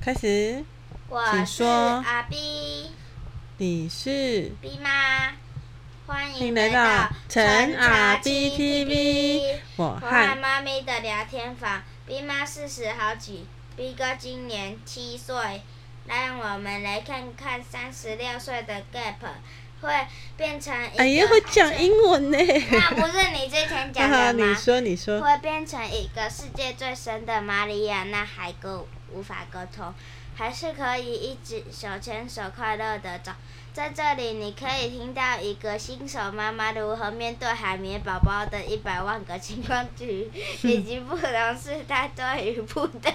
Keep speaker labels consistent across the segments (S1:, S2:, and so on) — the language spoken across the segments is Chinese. S1: 开始，
S2: 我
S1: 请
S2: 是
S1: 说
S2: 阿 B
S1: 你是
S2: B 妈，欢
S1: 欢迎
S2: 迎
S1: 来
S2: 来
S1: 到
S2: 到
S1: 陈阿
S2: 阿
S1: B TV，我
S2: 我
S1: 和
S2: 和妈咪的聊天房。B 妈四十好几，B 哥今年七岁，让我们来看看三十六岁的 Gap 会变成一个。
S1: 哎呀会讲英文呢，
S2: 那不是你之前
S1: 哈
S2: 讲
S1: 哈，
S2: 的
S1: 你
S2: 吗？
S1: 说你说，
S2: 会变成一个世界最深的马里亚纳海沟，无法沟通，还是可以一直手牵手快乐的走。在这里，你可以听到一个新手妈妈如何面对海绵宝宝的一百万个情况 剧，以及不同是她对于不等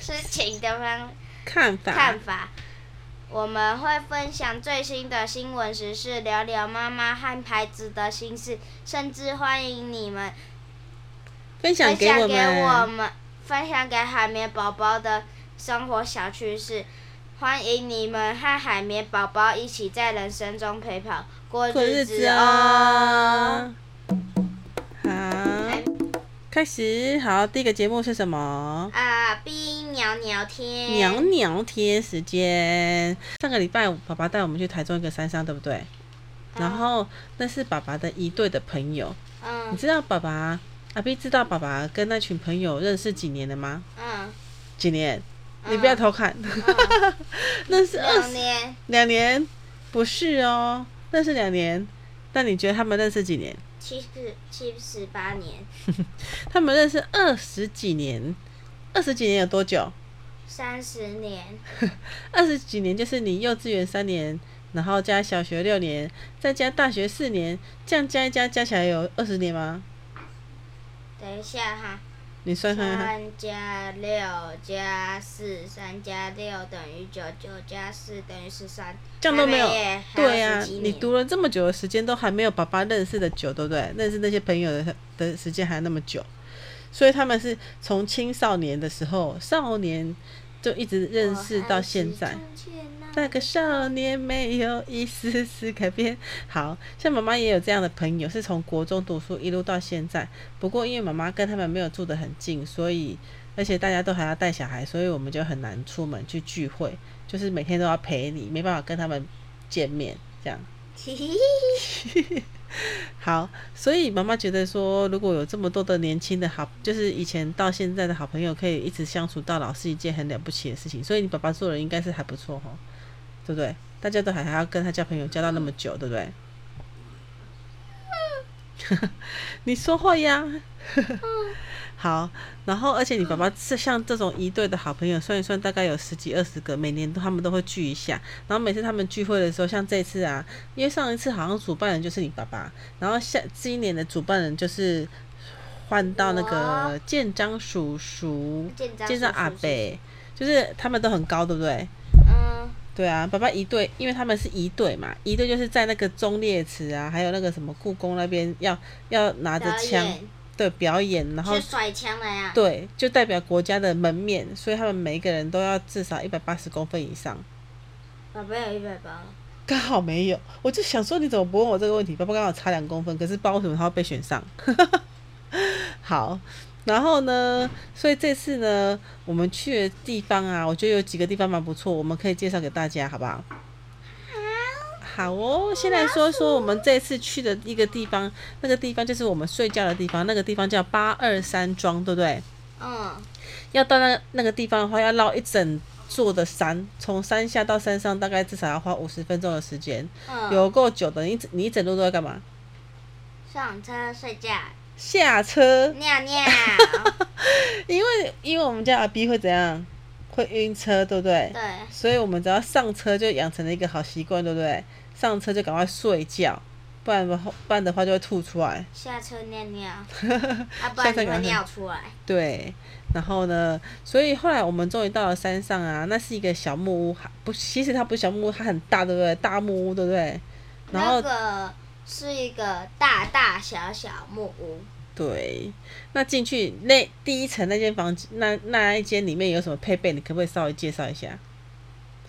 S2: 事情的方
S1: 看法，
S2: 看法。我们会分享最新的新闻时事，聊聊妈妈和孩子的心事，甚至欢迎你们
S1: 分享给我
S2: 分享给我
S1: 们，
S2: 们，分享给海绵宝宝的生活小趣事。欢迎你们和海绵宝宝一起在人生中陪跑过
S1: 过
S2: 日
S1: 日
S2: 子
S1: 子
S2: 哦。
S1: 哦。好，开始，好，第一个节目是什么？
S2: 啊，B 鸟鸟天，
S1: 娘娘贴时间。上个礼拜，爸爸带我们去台中一个山上，对不对？然后那是爸爸的一队的朋友，你
S2: 嗯
S1: 知道爸爸阿 B 知道爸爸跟那群朋友认识几年了吗？
S2: 嗯，
S1: 几年？
S2: 嗯
S1: 你不要偷看， 那是二
S2: 啊两
S1: 十
S2: 年
S1: 两年，不是哦，那是两年。那你觉得他们认识几年？
S2: 七十七十八年，
S1: 他们认识二十几年，二十几年有多久？
S2: 三十年，
S1: 二十几年就是你幼稚园三年，然后加小学六年，再加大学四年，这样加一加加起来有二十年吗？
S2: 等一下哈，
S1: 你算看看。
S2: 三加六加四，三加六等于九，九加四等于十三，
S1: 这样都没有
S2: 还没耶，还有
S1: 对呀、
S2: 十几
S1: 你
S2: 年
S1: 读了这么久的时间，都还没有爸爸认识的久，对不对？认识那些朋友的的时间还那么久，所以他们是从青少年的时候，少年就一直认识到现 在。。那个少年没有一丝丝改变。好像妈妈也有这样的朋友，是从国中读书一路到现在。不过因为妈妈跟他们没有住得很近，所以而且大家都还要带小孩，所以我们就很难出门去聚会，就是每天都要陪你，没办法跟他们见面这样。好，所以妈妈觉得说，如果有这么多的年轻的好，就是以前到现在的好朋友，可以一直相处到老，是一件很了不起的事情。所以你爸爸做人应该是还不错哦，对不对？大家都还还要跟他交朋友，交到那么久，对不对？ 你说话呀。 好，然后而且你爸爸是像这种一队的好朋友，算一算大概有十几二十个，每年都他们都会聚一下。然后每次他们聚会的时候，像这次啊，因为上一次好像主办人就是你爸爸，然后下今年的主办人就是换到那个
S2: 我
S1: 建章叔叔、
S2: 见到
S1: 建章阿
S2: 叔叔，
S1: 伯，就是他们都很高，对不对？
S2: 嗯，
S1: 对啊，爸爸一队，因为他们是一队嘛，一队就是在那个忠烈祠啊，还有那个什么故宫那边要要拿着
S2: 表
S1: 枪
S2: 演
S1: 对表演，然后
S2: 去甩枪了呀。
S1: 对就代表国家的门面，所以他们每一个人都要至少一百八十公分以上。
S2: 宝贝有一百八，
S1: 刚好没有，我就想说你怎么不问我这个问题？爸爸刚好差两公分，可是不知道为什么他会被选上。 好，然后呢，所以这次呢，我们去的地方啊，我觉得有几个地方蛮不错，我们可以介绍给大家，好不好？好哦，先来说说我们这次去的一个地方，那个地方就是我们睡觉的地方，那个地方叫八二三庄，对不对？
S2: 嗯，
S1: 要到那那个地方的话，要绕一整座的山，从山下到山上大概至少要花五十分钟的时间。
S2: 嗯，
S1: 有够久的，你一整你一整路都在干嘛？
S2: 上车睡 觉，
S1: 下车，
S2: 尿 尿，
S1: 因为因为我们家阿 B 会怎样？会晕车，对不对？
S2: 对，
S1: 所以我们只要上车就养成了一个好习惯，对不对？上车就赶快睡觉，不然的话不然的话就会吐出来。
S2: 下车尿 尿，啊，不然
S1: 下车赶
S2: 你
S1: 快
S2: 会尿出来。
S1: 对，然后呢，所以后来我们终于到了山上啊，那是一个小木屋，还不，其实它不是小木屋，它很大，对不对？大木屋，对不对？然后
S2: 那个是一个大大小小木屋，
S1: 对，那进去那第一层那间房子，那那一间里面有什么配备？你可不可以稍微介绍一下，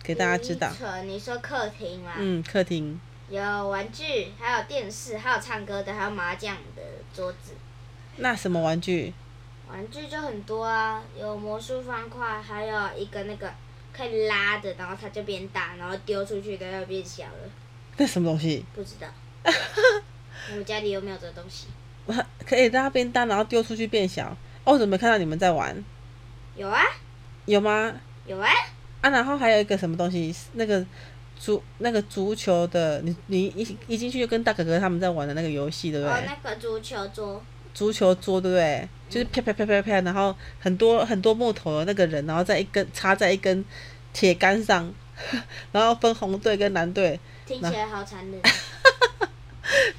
S1: 给大家知道
S2: 第一？层你说客厅吗？
S1: 嗯，客厅
S2: 有玩具，还有电视，还有唱歌的，还有麻将的桌子。
S1: 那什么玩具？
S2: 玩具就很多啊，有魔术方块，还有一个那个可以拉的，然后它就变大，然后丢出去它就变小了。
S1: 那什么东西？
S2: 不知道，我家里有没有这东西？
S1: 可以让它变大，然后丢出去变小。哦，我怎么没看到你们在玩？
S2: 有啊，
S1: 有吗？
S2: 有啊，
S1: 啊，然后还有一个什么东西，那个足那个足球的，你你一一进去就跟大哥哥他们在玩的那个游戏，对不对？
S2: 哦，那个足球桌，
S1: 足球桌，对不对？就是啪啪啪啪啪，然后很多很多木头的那个人，然后在一根插在一根铁杆上， 然后分红队跟蓝队，
S2: 听起来好残忍。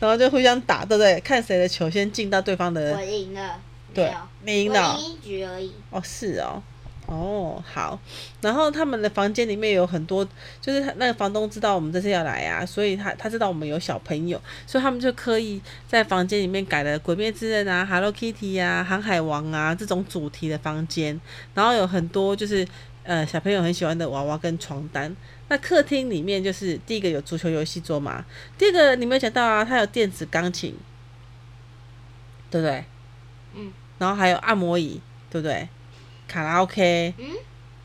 S1: 然后就互相打，对不对？看谁的球先进到对方
S2: 我
S1: 的。
S2: 赢了，
S1: 对你
S2: 没有
S1: 赢了
S2: 我赢一局而已。
S1: 哦，是哦。哦，好。然后他们的房间里面有很多，就是他那个房东知道我们这次要来啊，所以他他知道我们有小朋友，所以他们就刻意在房间里面改了《鬼灭之刃》啊、Hello Kitty 啊、航海王啊这种主题的房间，然后有很多就是呃小朋友很喜欢的娃娃跟床单。那客厅里面就是第一个有足球游戏桌嘛，第二个你没有讲到啊，它有电子钢琴，对不对？
S2: 嗯
S1: 然后还有按摩椅，对不对？卡拉 OK，
S2: 嗯，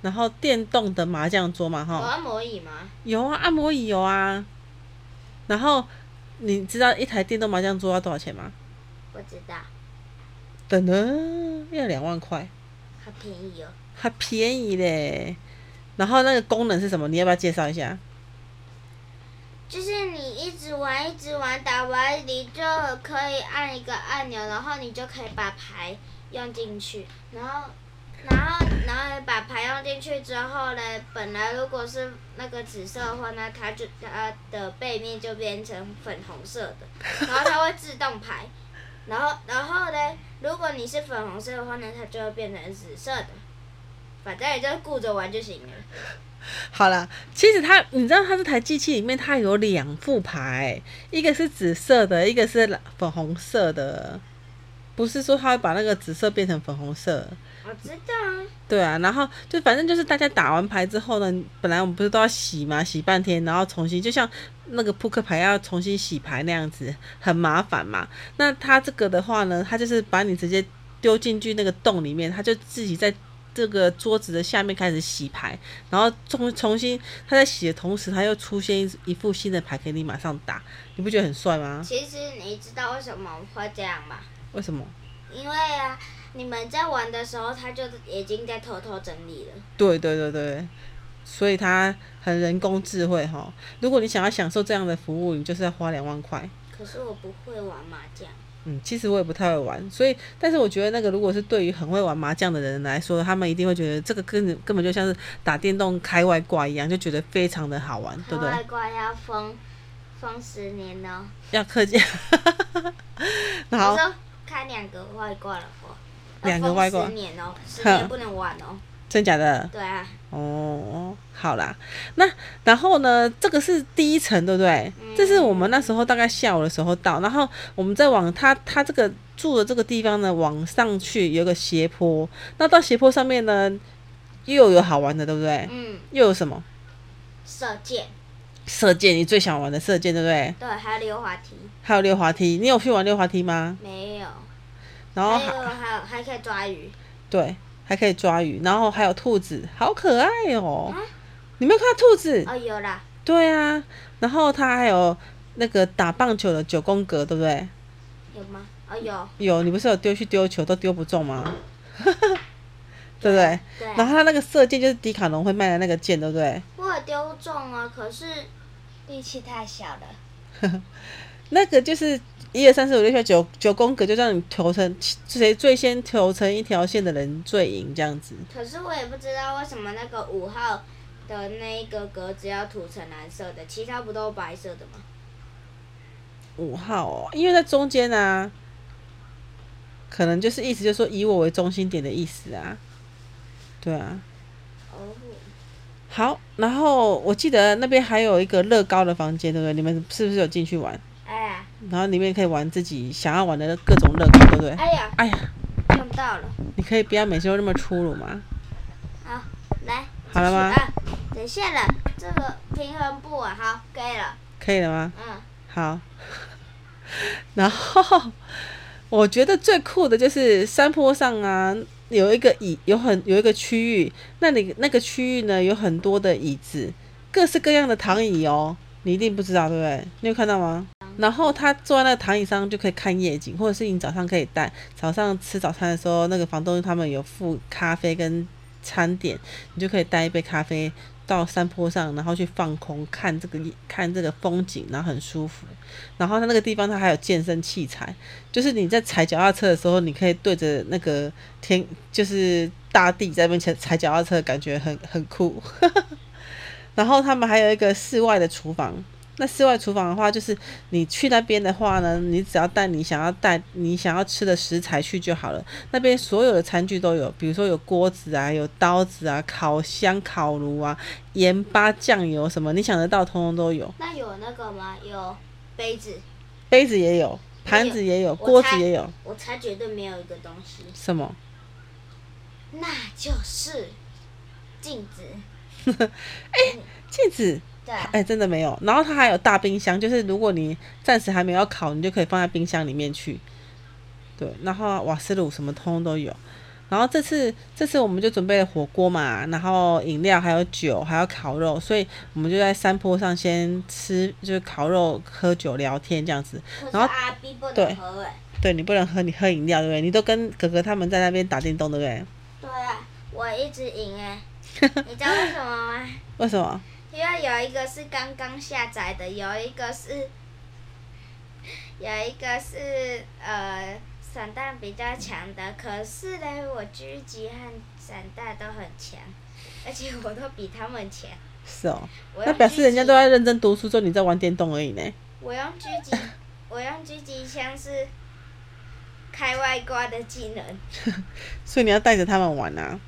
S1: 然后电动的麻将桌嘛，
S2: 有啊
S1: 哈，
S2: 按摩椅吗？
S1: 有啊，按摩椅有啊。然后你知道一台电动麻将桌要多少钱吗？
S2: 不知道，
S1: 等等，要两万块，
S2: 好便宜哦。
S1: 还便宜嘞。然后那个功能是什么？你要不要介绍一下？
S2: 就是你一直玩，一直玩，打完你就可以按一个按钮，然后你就可以把牌用进去，然后，然后，然后你把牌用进去之后呢，本来如果是那个紫色的话呢，它就它的背面就变成粉红色的，然后它会自动排，然后，然后呢，如果你是粉红色的话呢，它就会变成紫色的，反正你就顾着玩就行了。
S1: 好啦，其实它，你知道它这台机器里面它有两副牌，一个是紫色的，一个是蓝粉红色的。不是说它会把那个紫色变成粉红色，
S2: 我知道啊。
S1: 对啊，然后就反正就是大家打完牌之后呢，本来我们不是都要洗嘛，洗半天，然后重新就像那个扑克牌要重新洗牌那样子，很麻烦嘛。那它这个的话呢，它就是把你直接丢进去那个洞里面，它就自己在这个桌子的下面开始洗牌，然后重重新它在洗的同时，它又出现一一副新的牌给你马上打，你不觉得很帅吗？
S2: 其实你知道为什么会这样吗？
S1: 为什么？
S2: 因为啊，你们在玩的时候，他就已经在偷偷整理了。
S1: 对对对对，所以它很人工智慧哈。如果你想要享受这样的服务，你就是要花两万块。
S2: 可是我不会玩麻将，
S1: 嗯，其实我也不太会玩，所以，但是我觉得那个如果是对于很会玩麻将的人来说，他们一定会觉得这个根本根本就像是打电动开外挂一样，就觉得非常的好玩，对
S2: 开
S1: 不对？
S2: 外挂要封封十年呢、
S1: 要客气。 然
S2: 我
S1: 后
S2: 说开两个外挂的话，要
S1: 两个
S2: 封
S1: 外挂
S2: 十年哦，十
S1: 哼
S2: 年不能玩哦。
S1: 真假的
S2: 对啊，
S1: 哦，好啦，那然后呢，这个是第一层，对不对？
S2: 嗯
S1: 这是我们那时候大概下午的时候到，然后我们再往他他这个住的这个地方呢，往上去有个斜坡，那到斜坡上面呢，又有好玩的，对不对？
S2: 嗯，
S1: 又有什么？
S2: 射箭，
S1: 射箭，你最想玩的射箭，对不对？
S2: 对，还有溜滑梯，
S1: 还有溜滑梯，你有去玩溜滑梯吗？
S2: 没有，
S1: 然后
S2: 还
S1: 还
S2: 有还有还可以抓鱼，
S1: 对，还可以抓鱼，然后还有兔子，好可爱哦、
S2: 啊
S1: 你没有看到兔子？
S2: 哦有啦，
S1: 对啊，然后它还有那个打棒球的九宫格，对不对？
S2: 有吗？哦有，
S1: 有，你不是有丢去丢球都丢不中吗？ 对不对？
S2: 对啊。
S1: 然后它那个射箭就是迪卡侬会卖的那个箭，对不对？
S2: 我有丢中啊，可是力气太小了。
S1: 那个就是一二三四五六七八九九宫格，就让你投成谁最先投成一条线的人最赢这样子。
S2: 可是我也不知道为什么那个五号的那一个格子要涂成蓝色的，其他不都白色的吗？
S1: 五号哦，因为在中间啊，可能就是意思就是说以我为中心点的意思啊。对啊，
S2: 哦，
S1: 好，然后我记得那边还有一个乐高的房间，对不对？你们是不是有进去玩？
S2: 哎呀，
S1: 然后里面可以玩自己想要玩的各种乐高，对不对？
S2: 哎呀，
S1: 哎呀，
S2: 用到了。
S1: 你可以不要每次都那么粗鲁嘛。
S2: 好，来，
S1: 好了吗
S2: 继续啊，等一下了，这个平衡不稳，好，可以了。
S1: 可以了吗？
S2: 嗯，
S1: 好。然后我觉得最酷的就是山坡上啊，有一个椅，有很有一个区域，那里那个区域呢有很多的椅子，各式各样的躺椅哦，你一定不知道对不对？你有看到吗？然后他坐在那个躺椅上就可以看夜景，或者是你早上可以带早上吃早餐的时候，那个房东他们有附咖啡跟餐点，你就可以带一杯咖啡到山坡上，然后去放空看这个夜看这个风景，然后很舒服。然后他那个地方他还有健身器材，就是你在踩脚踏车的时候，你可以对着那个天，就是大地在那边踩踩脚踏车，感觉很很酷。 然后他们还有一个室外的厨房，那室外厨房的话，就是你去那边的话呢，你只要带你想要带你想要吃的食材去就好了。那边所有的餐具都有，比如说有锅子啊，有刀子啊，烤箱、烤炉啊，盐巴、酱油什么，你想得到通通都有。
S2: 那有那个吗？有杯子，
S1: 杯子也有，盘子也有，锅子
S2: 猜
S1: 也有。
S2: 我猜绝对没有一个东西，
S1: 什么？
S2: 那就是镜子。
S1: 镜子？
S2: 对，啊
S1: 哎、真的没有。然后它还有大冰箱，就是如果你暂时还没有要烤，你就可以放在冰箱里面去。对，然后瓦斯炉什么通通都有。然后这次这次我们就准备了火锅嘛，然后饮料还有酒，还有烤肉，所以我们就在山坡上先吃，就是烤肉、喝酒、聊天这样子。
S2: 可是
S1: 然后
S2: 阿 B 不
S1: 对
S2: 能喝哎。
S1: 对你不能喝，你喝饮料对不对？你都跟哥哥他们在那边打电动对不对？
S2: 对啊，我一直赢哎，你知道为什么吗？
S1: 为什么？
S2: 因为有一个是刚刚下载的，有一个是，有一个是呃散弹比较强的，可是呢，我狙击和散弹都很强，而且我都比他们强。
S1: 是哦，
S2: 我
S1: 那
S2: 用
S1: 表示
S2: 狙
S1: 人家
S2: 击
S1: 都在认真读书，就你在玩电动而已呢。
S2: 我用狙击，我用狙击枪是开外挂的技能，
S1: 所以你要带着他们玩啊。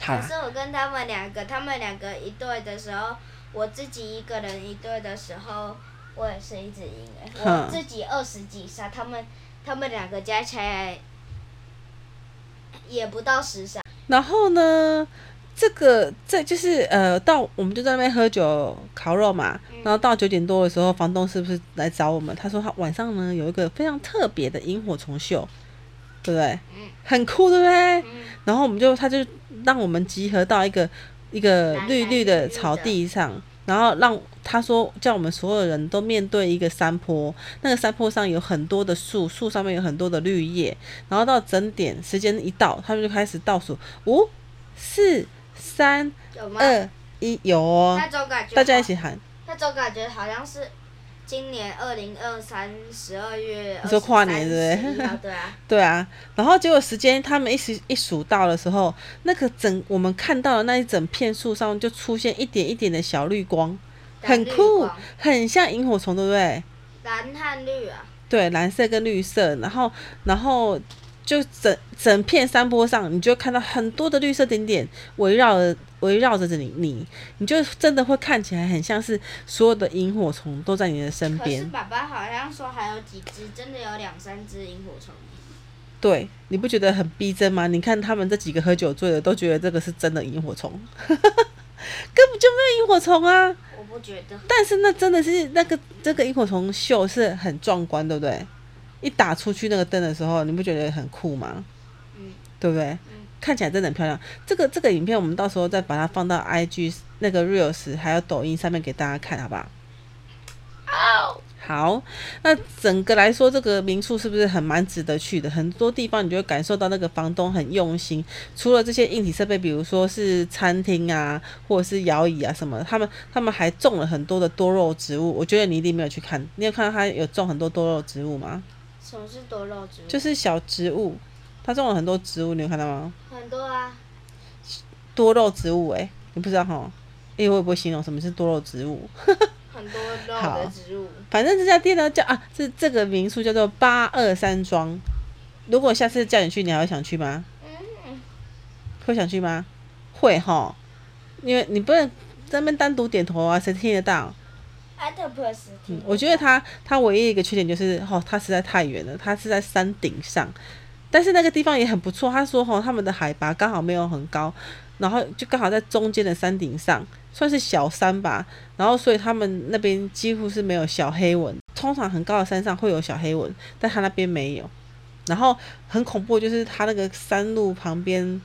S1: 好
S2: 可
S1: 啦
S2: 是，我跟他们两个，他们两个一队的时候，我自己一个人一队的时候，我也是一直赢哎，我
S1: 哼
S2: 自己二十几杀，他们他们两个加起来也不到十杀，
S1: 然后呢，这个这就是呃，到我们就在那边喝酒烤肉嘛，然后到九点多的时候，房东是不是来找我们？他说他晚上呢有一个非常特别的萤火虫秀，对不对
S2: 嗯？
S1: 很酷，对不对？
S2: 嗯，
S1: 然后我们就他就让我们集合到一个一个
S2: 蓝蓝
S1: 绿绿
S2: 绿绿
S1: 的
S2: 的
S1: 草地上，然后让他说叫我们所有人都面对一个山坡，那个山坡上有很多的树，树上面有很多的绿叶，然后到整点时间一到，他们就开始倒数五、四、三、
S2: 有吗？
S1: 二、一，有哦
S2: 那，种感觉，
S1: 呃大家一起，喊，
S2: 那种感觉好像是今年二零二三十二月，
S1: 你说跨年对不对？
S2: 对啊。
S1: 对啊，然后结果时间他们一时一数到的时候，那个整我们看到的那一整片树上就出现一点一点的小绿光，很
S2: 蓝绿
S1: 酷
S2: 光，
S1: 很像萤火虫，对不对？
S2: 蓝和绿啊，
S1: 对，蓝色跟绿色，然后然后就整整片山坡上，你就看到很多的绿色点点围绕着围绕着你你，你就真的会看起来很像是所有的萤火虫都在你的身
S2: 可是
S1: 边。
S2: 爸爸好像说还有几只，真的有两三只萤火虫。
S1: 对，你不觉得很逼真吗？你看他们这几个喝酒醉的都觉得这个是真的萤火虫， 根本就没有萤火虫啊！
S2: 我不觉得，
S1: 但是那真的是那个这个萤火虫秀是很壮观，对不对？一打出去那个灯的时候，你不觉得很酷吗？
S2: 嗯，
S1: 对不对？看起来真的很漂亮。这个这个影片我们到时候再把它放到 IG 那个 Reels 还有抖音上面给大家看，好不好？好，那整个来说，这个民宿是不是很蛮值得去的？很多地方你就会感受到那个房东很用心。除了这些硬体设备，比如说是餐厅啊，或者是摇椅啊什么，他们他们还种了很多的多肉植物。我觉得你一定没有去看，你有看到他有种很多多肉植物吗？
S2: 什么是多肉植物？
S1: 就是小植物，他种了很多植物，你有看到吗？
S2: 很多啊，
S1: 多肉植物、欸，诶，你不知道哈？因为我也不会形容什么是多肉植物。
S2: 很多肉
S1: 好
S2: 的植物。
S1: 反正这家店呢叫啊，这这个民宿叫做八二山庄。如果下次叫你去，你还会想去吗？
S2: 嗯，
S1: 会想去吗？会哈，因为你不能在那边单独点头啊，谁听得到？
S2: 安特普斯
S1: 嗯我觉得它它唯一一个缺点就是，哦，它实在太远了，它是在山顶上，但是那个地方也很不错。他说，哦，他们的海拔刚好没有很高，然后就刚好在中间的山顶上，算是小山吧。然后所以他们那边几乎是没有小黑蚊，通常很高的山上会有小黑蚊，但它那边没有。然后很恐怖，就是它那个山路旁边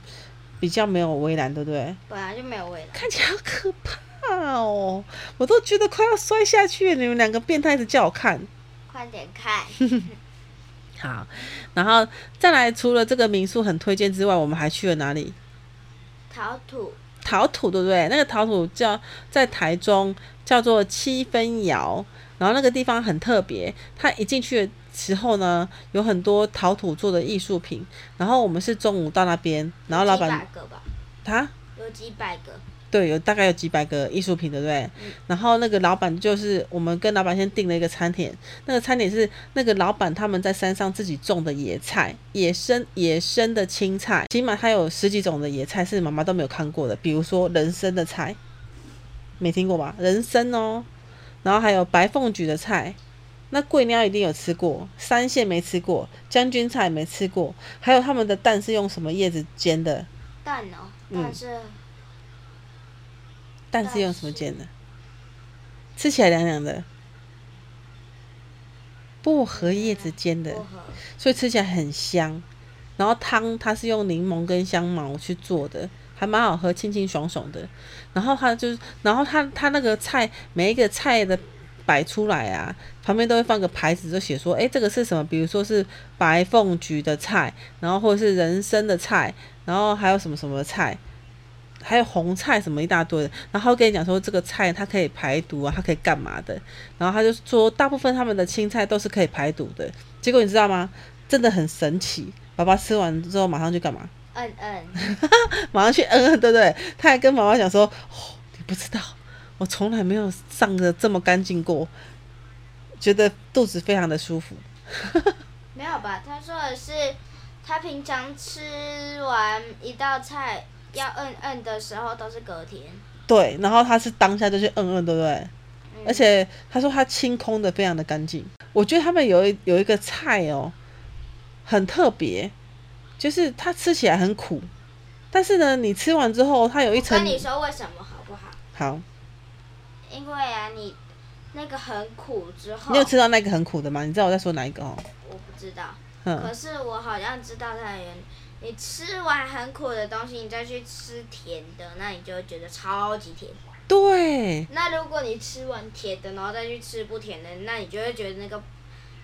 S1: 比较没有围栏，对不对？
S2: 本来就没有味道。
S1: 看起来好可怕哦，我都觉得快要摔下去了。你们两个变态的叫我看。
S2: 快点 看，
S1: 好，然后再来，除了这个民宿很推荐之外，我们还去了哪里？
S2: 陶土
S1: 陶土，对不对？那个陶土叫在台中叫做七分窑，然后那个地方很特别，它一进去的时候呢，有很多陶土做的艺术品。然后我们是中午到那边，然后老
S2: 几
S1: 板
S2: 百个吧，
S1: 他
S2: 有几百个，
S1: 对，有大概有几百个艺术品，对不对？然后那个老板就是我们跟老板先订了一个餐点，那个餐点是那个老板他们在山上自己种的野菜，野生野生的青菜，起码它有十几种的野菜是妈妈都没有看过的，比如说人参的菜，没听过吧？人参哦，然后还有白凤菊的菜。那桂鸟一定有吃过，三线没吃过，将军菜没吃过，还有他们的蛋是用什么叶子煎的？
S2: 蛋哦，
S1: 嗯
S2: 但是
S1: 蛋是用什么煎的？吃起来凉凉的，薄荷叶子煎的
S2: 薄，荷
S1: 所以吃起来很香。然后汤它是用柠檬跟香茅去做的，还蛮好喝，清清爽爽的。然后它就是，然后它它那个菜每一个菜的摆出来啊，旁边都会放个牌子，就写说，诶，这个是什么？比如说是白凤菊的菜，然后或者是人参的菜，然后还有什么什么菜。还有红菜什么一大堆的，然后他会跟你讲说这个菜它可以排毒啊，它可以干嘛的，然后他就说大部分他们的青菜都是可以排毒的，结果你知道吗？真的很神奇。爸爸吃完之后马上就干嘛？
S2: 嗯嗯，
S1: 马上去嗯嗯，对不对？他还跟妈妈讲说：“哦，你不知道，我从来没有上的这么干净过，觉得肚子非常的舒服。
S2: 没有吧？他说的是，他平常吃完一道菜要嗯嗯的时候都是隔天，”
S1: 对，然后他是当下就去嗯嗯，对不对？
S2: 嗯
S1: 而且他说他清空的非常的干净。我觉得他们有一有一个菜哦，很特别，就是它吃起来很苦，但是呢，你吃完之后，它有一
S2: 我
S1: 层
S2: 跟你说为什么好不好？
S1: 好，
S2: 因为啊，你那个很苦之后，
S1: 你有吃到那个很苦的吗？你知道我在说哪一个哦？
S2: 我不知道，
S1: 嗯
S2: 可，是我好像知道它的原理。你吃完很苦的东西，你再去吃甜的，那你就会觉得超级甜。
S1: 对，
S2: 那如果你吃完甜的，然后再去吃不甜的，那你就会觉得那个，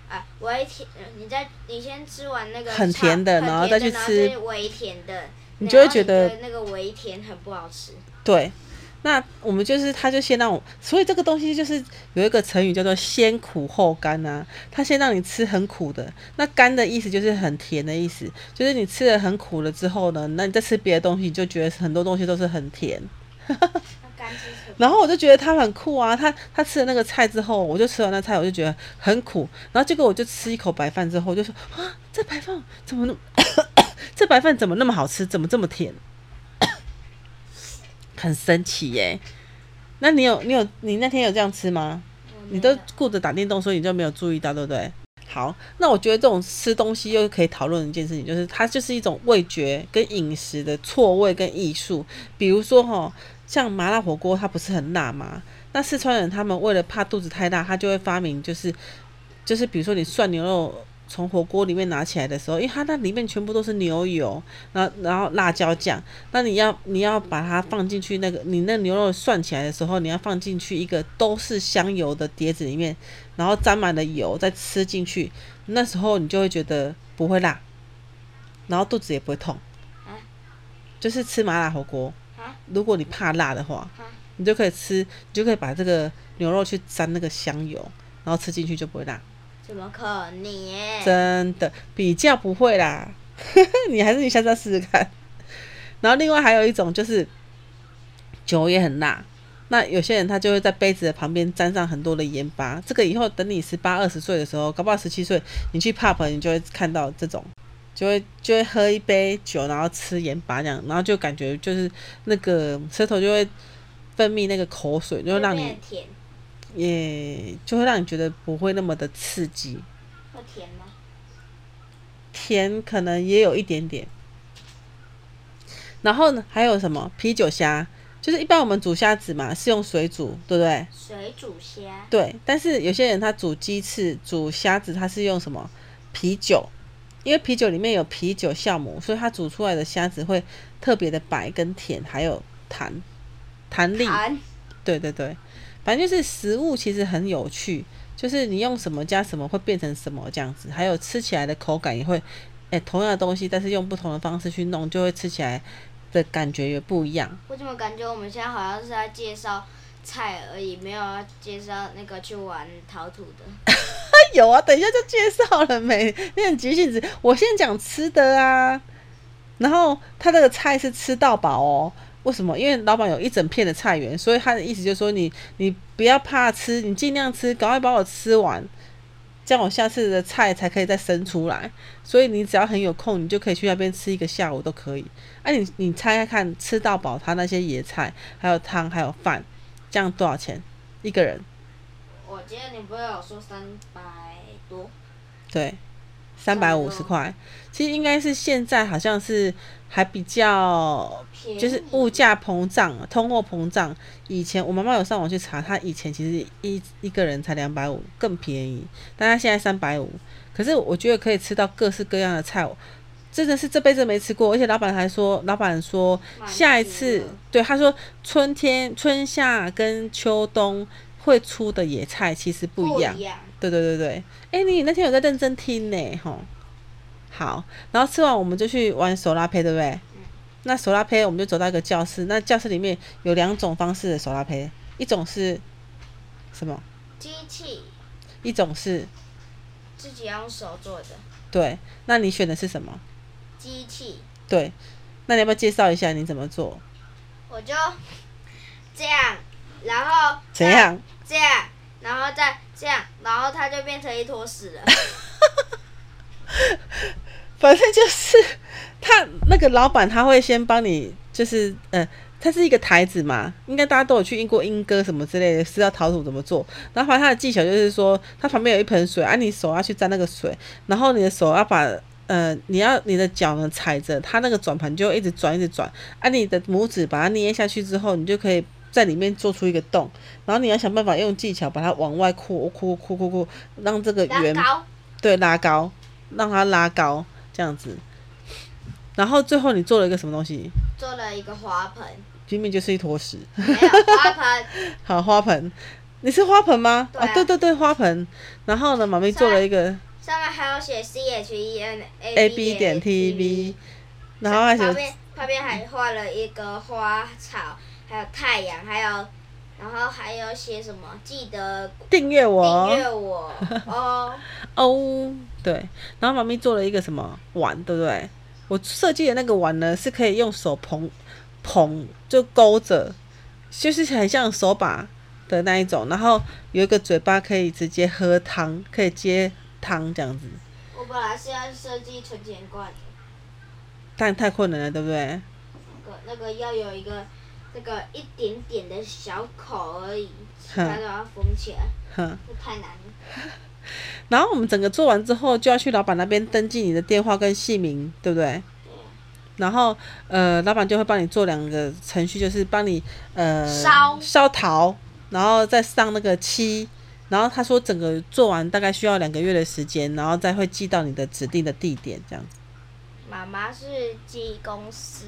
S2: 啊、微甜，呃你再你先吃完那个
S1: 很
S2: 超
S1: 甜的
S2: 很
S1: 然后再去
S2: 甜的然后
S1: 吃
S2: 是微甜的，
S1: 你就会
S2: 然后
S1: 觉得
S2: 那个微甜很不好吃。
S1: 对，那我们就是，他就先让我，所以这个东西就是有一个成语叫做“先苦后甘”啊。他先让你吃很苦的，那甘的意思就是很甜的意思，就是你吃了很苦了之后呢，那你再吃别的东西，你就觉得很多东西都是很甜。
S2: 那干吃什么？
S1: 然后我就觉得他很酷啊，他他吃了那个菜之后，我就吃完那菜，我就觉得很苦。然后结果我就吃一口白饭之后，我就说啊，这白饭怎么那么这白饭怎么那么好吃，怎么这么甜？ 很神奇耶、那你有你有你那天有这样吃吗？
S2: 我没
S1: 你都
S2: 有
S1: 顾着打电动，所以你就没有注意到，对不对？好，那我觉得这种吃东西又可以讨论一件事情，就是它就是一种味觉跟饮食的错位跟艺术。比如说哈、像麻辣火锅，它不是很辣吗？那四川人他们为了怕肚子太辣，他就会发明就是就是比如说你涮牛肉从火锅里面拿起来的时候，因为它那里面全部都是牛油，然后然后辣椒酱，那你要你要把它放进去那个你那牛肉涮起来的时候，你要放进去一个都是香油的碟子里面，然后沾满了油再吃进去，那时候你就会觉得不会辣，然后肚子也不会痛
S2: 啊。
S1: 就是吃麻辣火锅
S2: 啊，
S1: 如果你怕辣的话
S2: 啊，
S1: 你就可以吃，你就可以把这个牛肉去沾那个香油，然后吃进去就不会辣。
S2: 怎么可能？
S1: 真的比较不会啦， 你还是你下次要试试看。然后另外还有一种就是酒也很辣，那有些人他就会在杯子的旁边沾上很多的盐巴，这个以后等你十八二十岁的时候，搞不好十七岁，你去 pub 你就会看到这种。就会就会喝一杯酒，然后吃盐巴这样，然后就感觉就是那个舌头就会分泌那个口水，就会让
S2: 就
S1: 你
S2: 变甜，
S1: 也就会让你觉得不会那么的刺激。
S2: 会甜吗？
S1: 甜可能也有一点点。然后呢，还有什么啤酒虾？就是一般我们煮虾子嘛，是用水煮，对不对？
S2: 水煮虾，
S1: 对，但是有些人他煮鸡翅、煮虾子，他是用什么啤酒？因为啤酒里面有啤酒酵母，所以它煮出来的虾子会特别的白跟甜，还有弹弹力。
S2: 弹
S1: 对对对，反正就是食物其实很有趣，就是你用什么加什么会变成什么这样子，还有吃起来的口感也会，哎、同样的东西，但是用不同的方式去弄，就会吃起来的感觉也不一样。
S2: 我怎么感觉我们现在好像是在介绍菜而已，没有要介绍那个去玩陶土的。
S1: 有啊，等一下就介绍了没？你很急性子，我先讲吃的啊。然后他这个菜是吃到饱哦，为什么？因为老板有一整片的菜园，所以他的意思就是说你你不要怕吃，你尽量吃，赶快把我吃完，这样我下次的菜才可以再生出来。所以你只要很有空，你就可以去那边吃一个下午都可以。哎、你你猜猜看，吃到饱他那些野菜，还有汤，还有饭，这样多少钱一个人？
S2: 我记得你不是有说三百多？
S1: 对，三百五十块，其实应该是现在好像是还比较，
S2: 便宜
S1: 就是物价膨胀、通货膨胀。以前我妈妈有上网去查，她以前其实一一个人才两百五，更便宜，但她现在三百五。可是我觉得可以吃到各式各样的菜，真的是这辈子没吃过。而且老板还说，老板说
S2: 满足
S1: 下一次
S2: 了
S1: 对他说，春天、春夏跟秋冬会出的野菜其实不一样。对对对对，哎、你那天有在认真听呢，吼。好，然后吃完我们就去玩手拉胚，对不对？那手拉胚我们就走到一个教室，那教室里面有两种方式的手拉胚，一种是什么？
S2: 机器
S1: 一种是
S2: 自己用手做的
S1: 对，那你选的是什么？
S2: 机器，
S1: 对，那你要不要介绍一下你怎么做？
S2: 我就这样，然后
S1: 怎样？
S2: 这样，然后再这样，然后它就变成一坨屎了。
S1: 反正就是他那个老板他会先帮你，就是呃，它是一个台子嘛，应该大家都有去英国英歌什么之类的，知道陶土怎么做。然后反正他的技巧就是说，它旁边有一盆水，啊，你手要去沾那个水，然后你的手要把。呃，你要你的脚呢踩着它那个转盘，就会一直转一直转，啊，你的拇指把它捏下去之后，你就可以在里面做出一个洞，然后你要想办法用技巧把它往外扩扩扩扩扩，让这个 圆
S2: 然后
S1: 对，拉高，让它拉高这样子。然后最后你做了一个什么东西？
S2: 做了一个花盆，
S1: 明明就是一坨屎。
S2: 没有花盆，
S1: 好，花盆，你是花盆吗？哦
S2: 对啊
S1: 对对对，花盆。然后呢，妈咪做了一个
S2: 上面还有写 C H E N
S1: A
S2: A
S1: B 点 T V，
S2: V，
S1: 然后还
S2: 旁
S1: 写
S2: 边旁边还画了一个花草，还有太阳，还有然后还有写什么？记得
S1: 订阅我
S2: 订阅我 哦。
S1: 哦。对，然后妈咪做了一个什么碗，对不对？我设计的那个碗呢，是可以用手捧捧，就勾着，就是很像手把的那一种，然后有一个嘴巴可以直接喝汤，可以接汤这样子，
S2: 我本来是要设计存钱罐的，
S1: 但太困难了，对不对？
S2: 那个那个要有一个那个一点点的小口而已，其他都要封起来，
S1: 哼，
S2: 这太难了。
S1: 然后我们整个做完之后，就要去老板那边登记你的电话跟姓名，对不对？然后，呃，老板就会帮你做两个程序，就是帮你呃
S2: 烧
S1: 烧陶，然后再上那个漆。然后他说，整个做完大概需要两个月的时间，然后再会寄到你的指定的地点，这样子
S2: 妈妈是寄公司，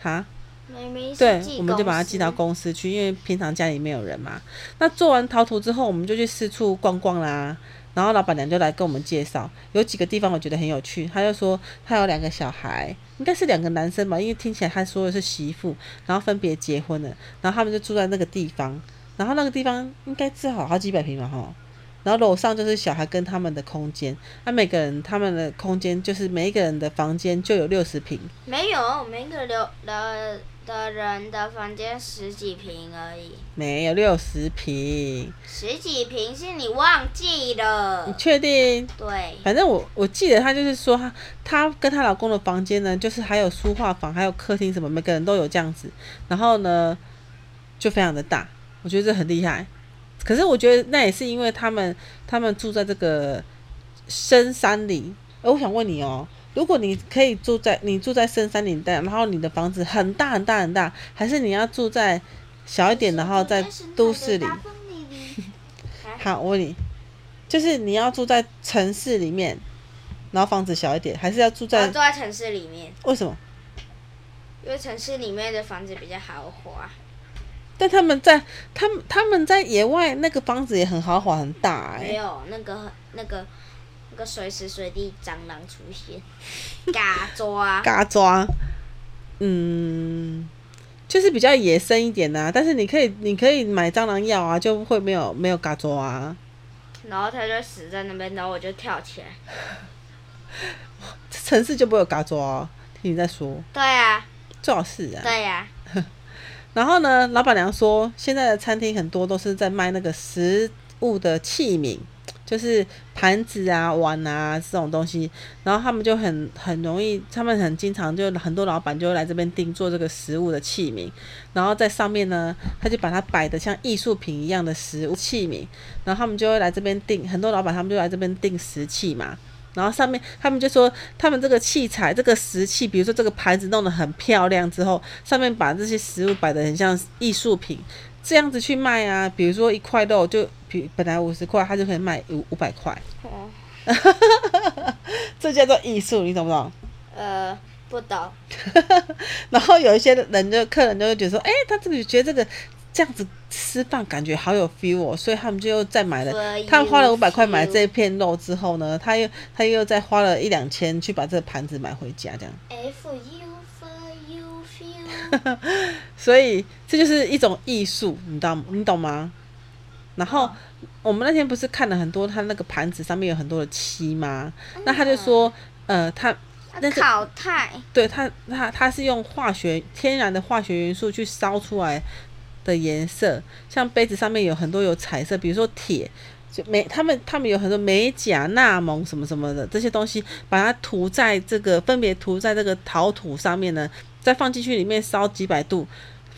S1: 哈。
S2: 妹妹是寄
S1: 对
S2: 公司，，
S1: 我们就把它寄到公司去，因为平常家里没有人嘛。那做完陶土之后，我们就去四处逛逛啦。然后老板娘就来跟我们介绍，有几个地方我觉得很有趣。她就说她有两个小孩，应该是两个男生吧，因为听起来她说的是媳妇，然后分别结婚了，然后他们就住在那个地方。然后那个地方应该至少好几百平吧，哈。然后楼上就是小孩跟他们的空间，那、每个人他们的空间就是每一个人的房间就有六十平，
S2: 没有，每个留的的人的房间十几平而已，
S1: 没有六十平，
S2: 十几平是你忘记
S1: 你
S2: 了。
S1: 确定？
S2: 对，
S1: 反正我我记得她就是说她她跟她老公的房间呢，就是还有书画房，还有客厅什么，每个人都有这样子。然后呢，就非常的大，我觉得这很厉害。可是我觉得那也是因为他们他们住在这个深山里。哎、我想问你哦，如果你可以住在你住在深山林带，然后你的房子很大很大很大，还是你要住在小一点，然后在都市里？ 好，我问你，就是你要住在城市里面，然后房子小一点，还是要住
S2: 我
S1: 在
S2: 住在城市里面，
S1: 为什么？
S2: 因为城市里面的房子比较豪华。
S1: 但他们在他们他们在野外那个房子也很豪华很大哎、
S2: 没有那个那个那个随时随地蟑螂出 现，嘎抓。
S1: 嘎抓，嗯，就是比较野生一点呐、但是你可以你可以买蟑螂药啊，就会没有没有嘎抓啊。
S2: 然后他就死在那边，然后我就跳起来。
S1: 城市就不会有嘎抓、啊，听你在说，
S2: 对呀、
S1: 最好是啊。
S2: 对呀、
S1: 然后呢，老板娘说，现在的餐厅很多都是在卖那个食物的器皿，就是盘子啊、碗啊这种东西。然后他们就很很容易，他们很经常就很多老板就会来这边定做这个食物的器皿，然后在上面呢，他就把它摆的像艺术品一样的食物器皿，然后他们就会来这边订，很多老板他们就来这边订食器嘛。然后上面他们就说，他们这个器材、这个食器，比如说这个盘子弄得很漂亮之后，上面把这些食物摆得很像艺术品，这样子去卖啊。比如说一块肉就比本来五十块，他就可以卖五五百块，
S2: 哦，
S1: 这叫做艺术，你懂不懂？
S2: 呃，不懂。
S1: 然后有一些人就客人就会觉得说，哎、他这个觉得这个这样子吃饭感觉好有 feel 哦，所以他们就又再买了。他们花了五百块买这片肉之后呢，他又他又再花了一两千去把这个盘子买回家，这样。
S2: F U for you feel。
S1: 所以这就是一种艺术，你知道你懂吗？然后我们那天不是看了很多，他那个盘子上面有很多的漆吗？那他就说，呃，他那是
S2: 烤太
S1: 对它，它它是用化学天然的化学元素去烧出来的颜色，像杯子上面有很多有彩色，比如说铁，就美他们他们有很多美钾、钠、锰什么什么的这些东西，把它涂在这个分别涂在这个陶土上面呢，再放进去里面烧几百度。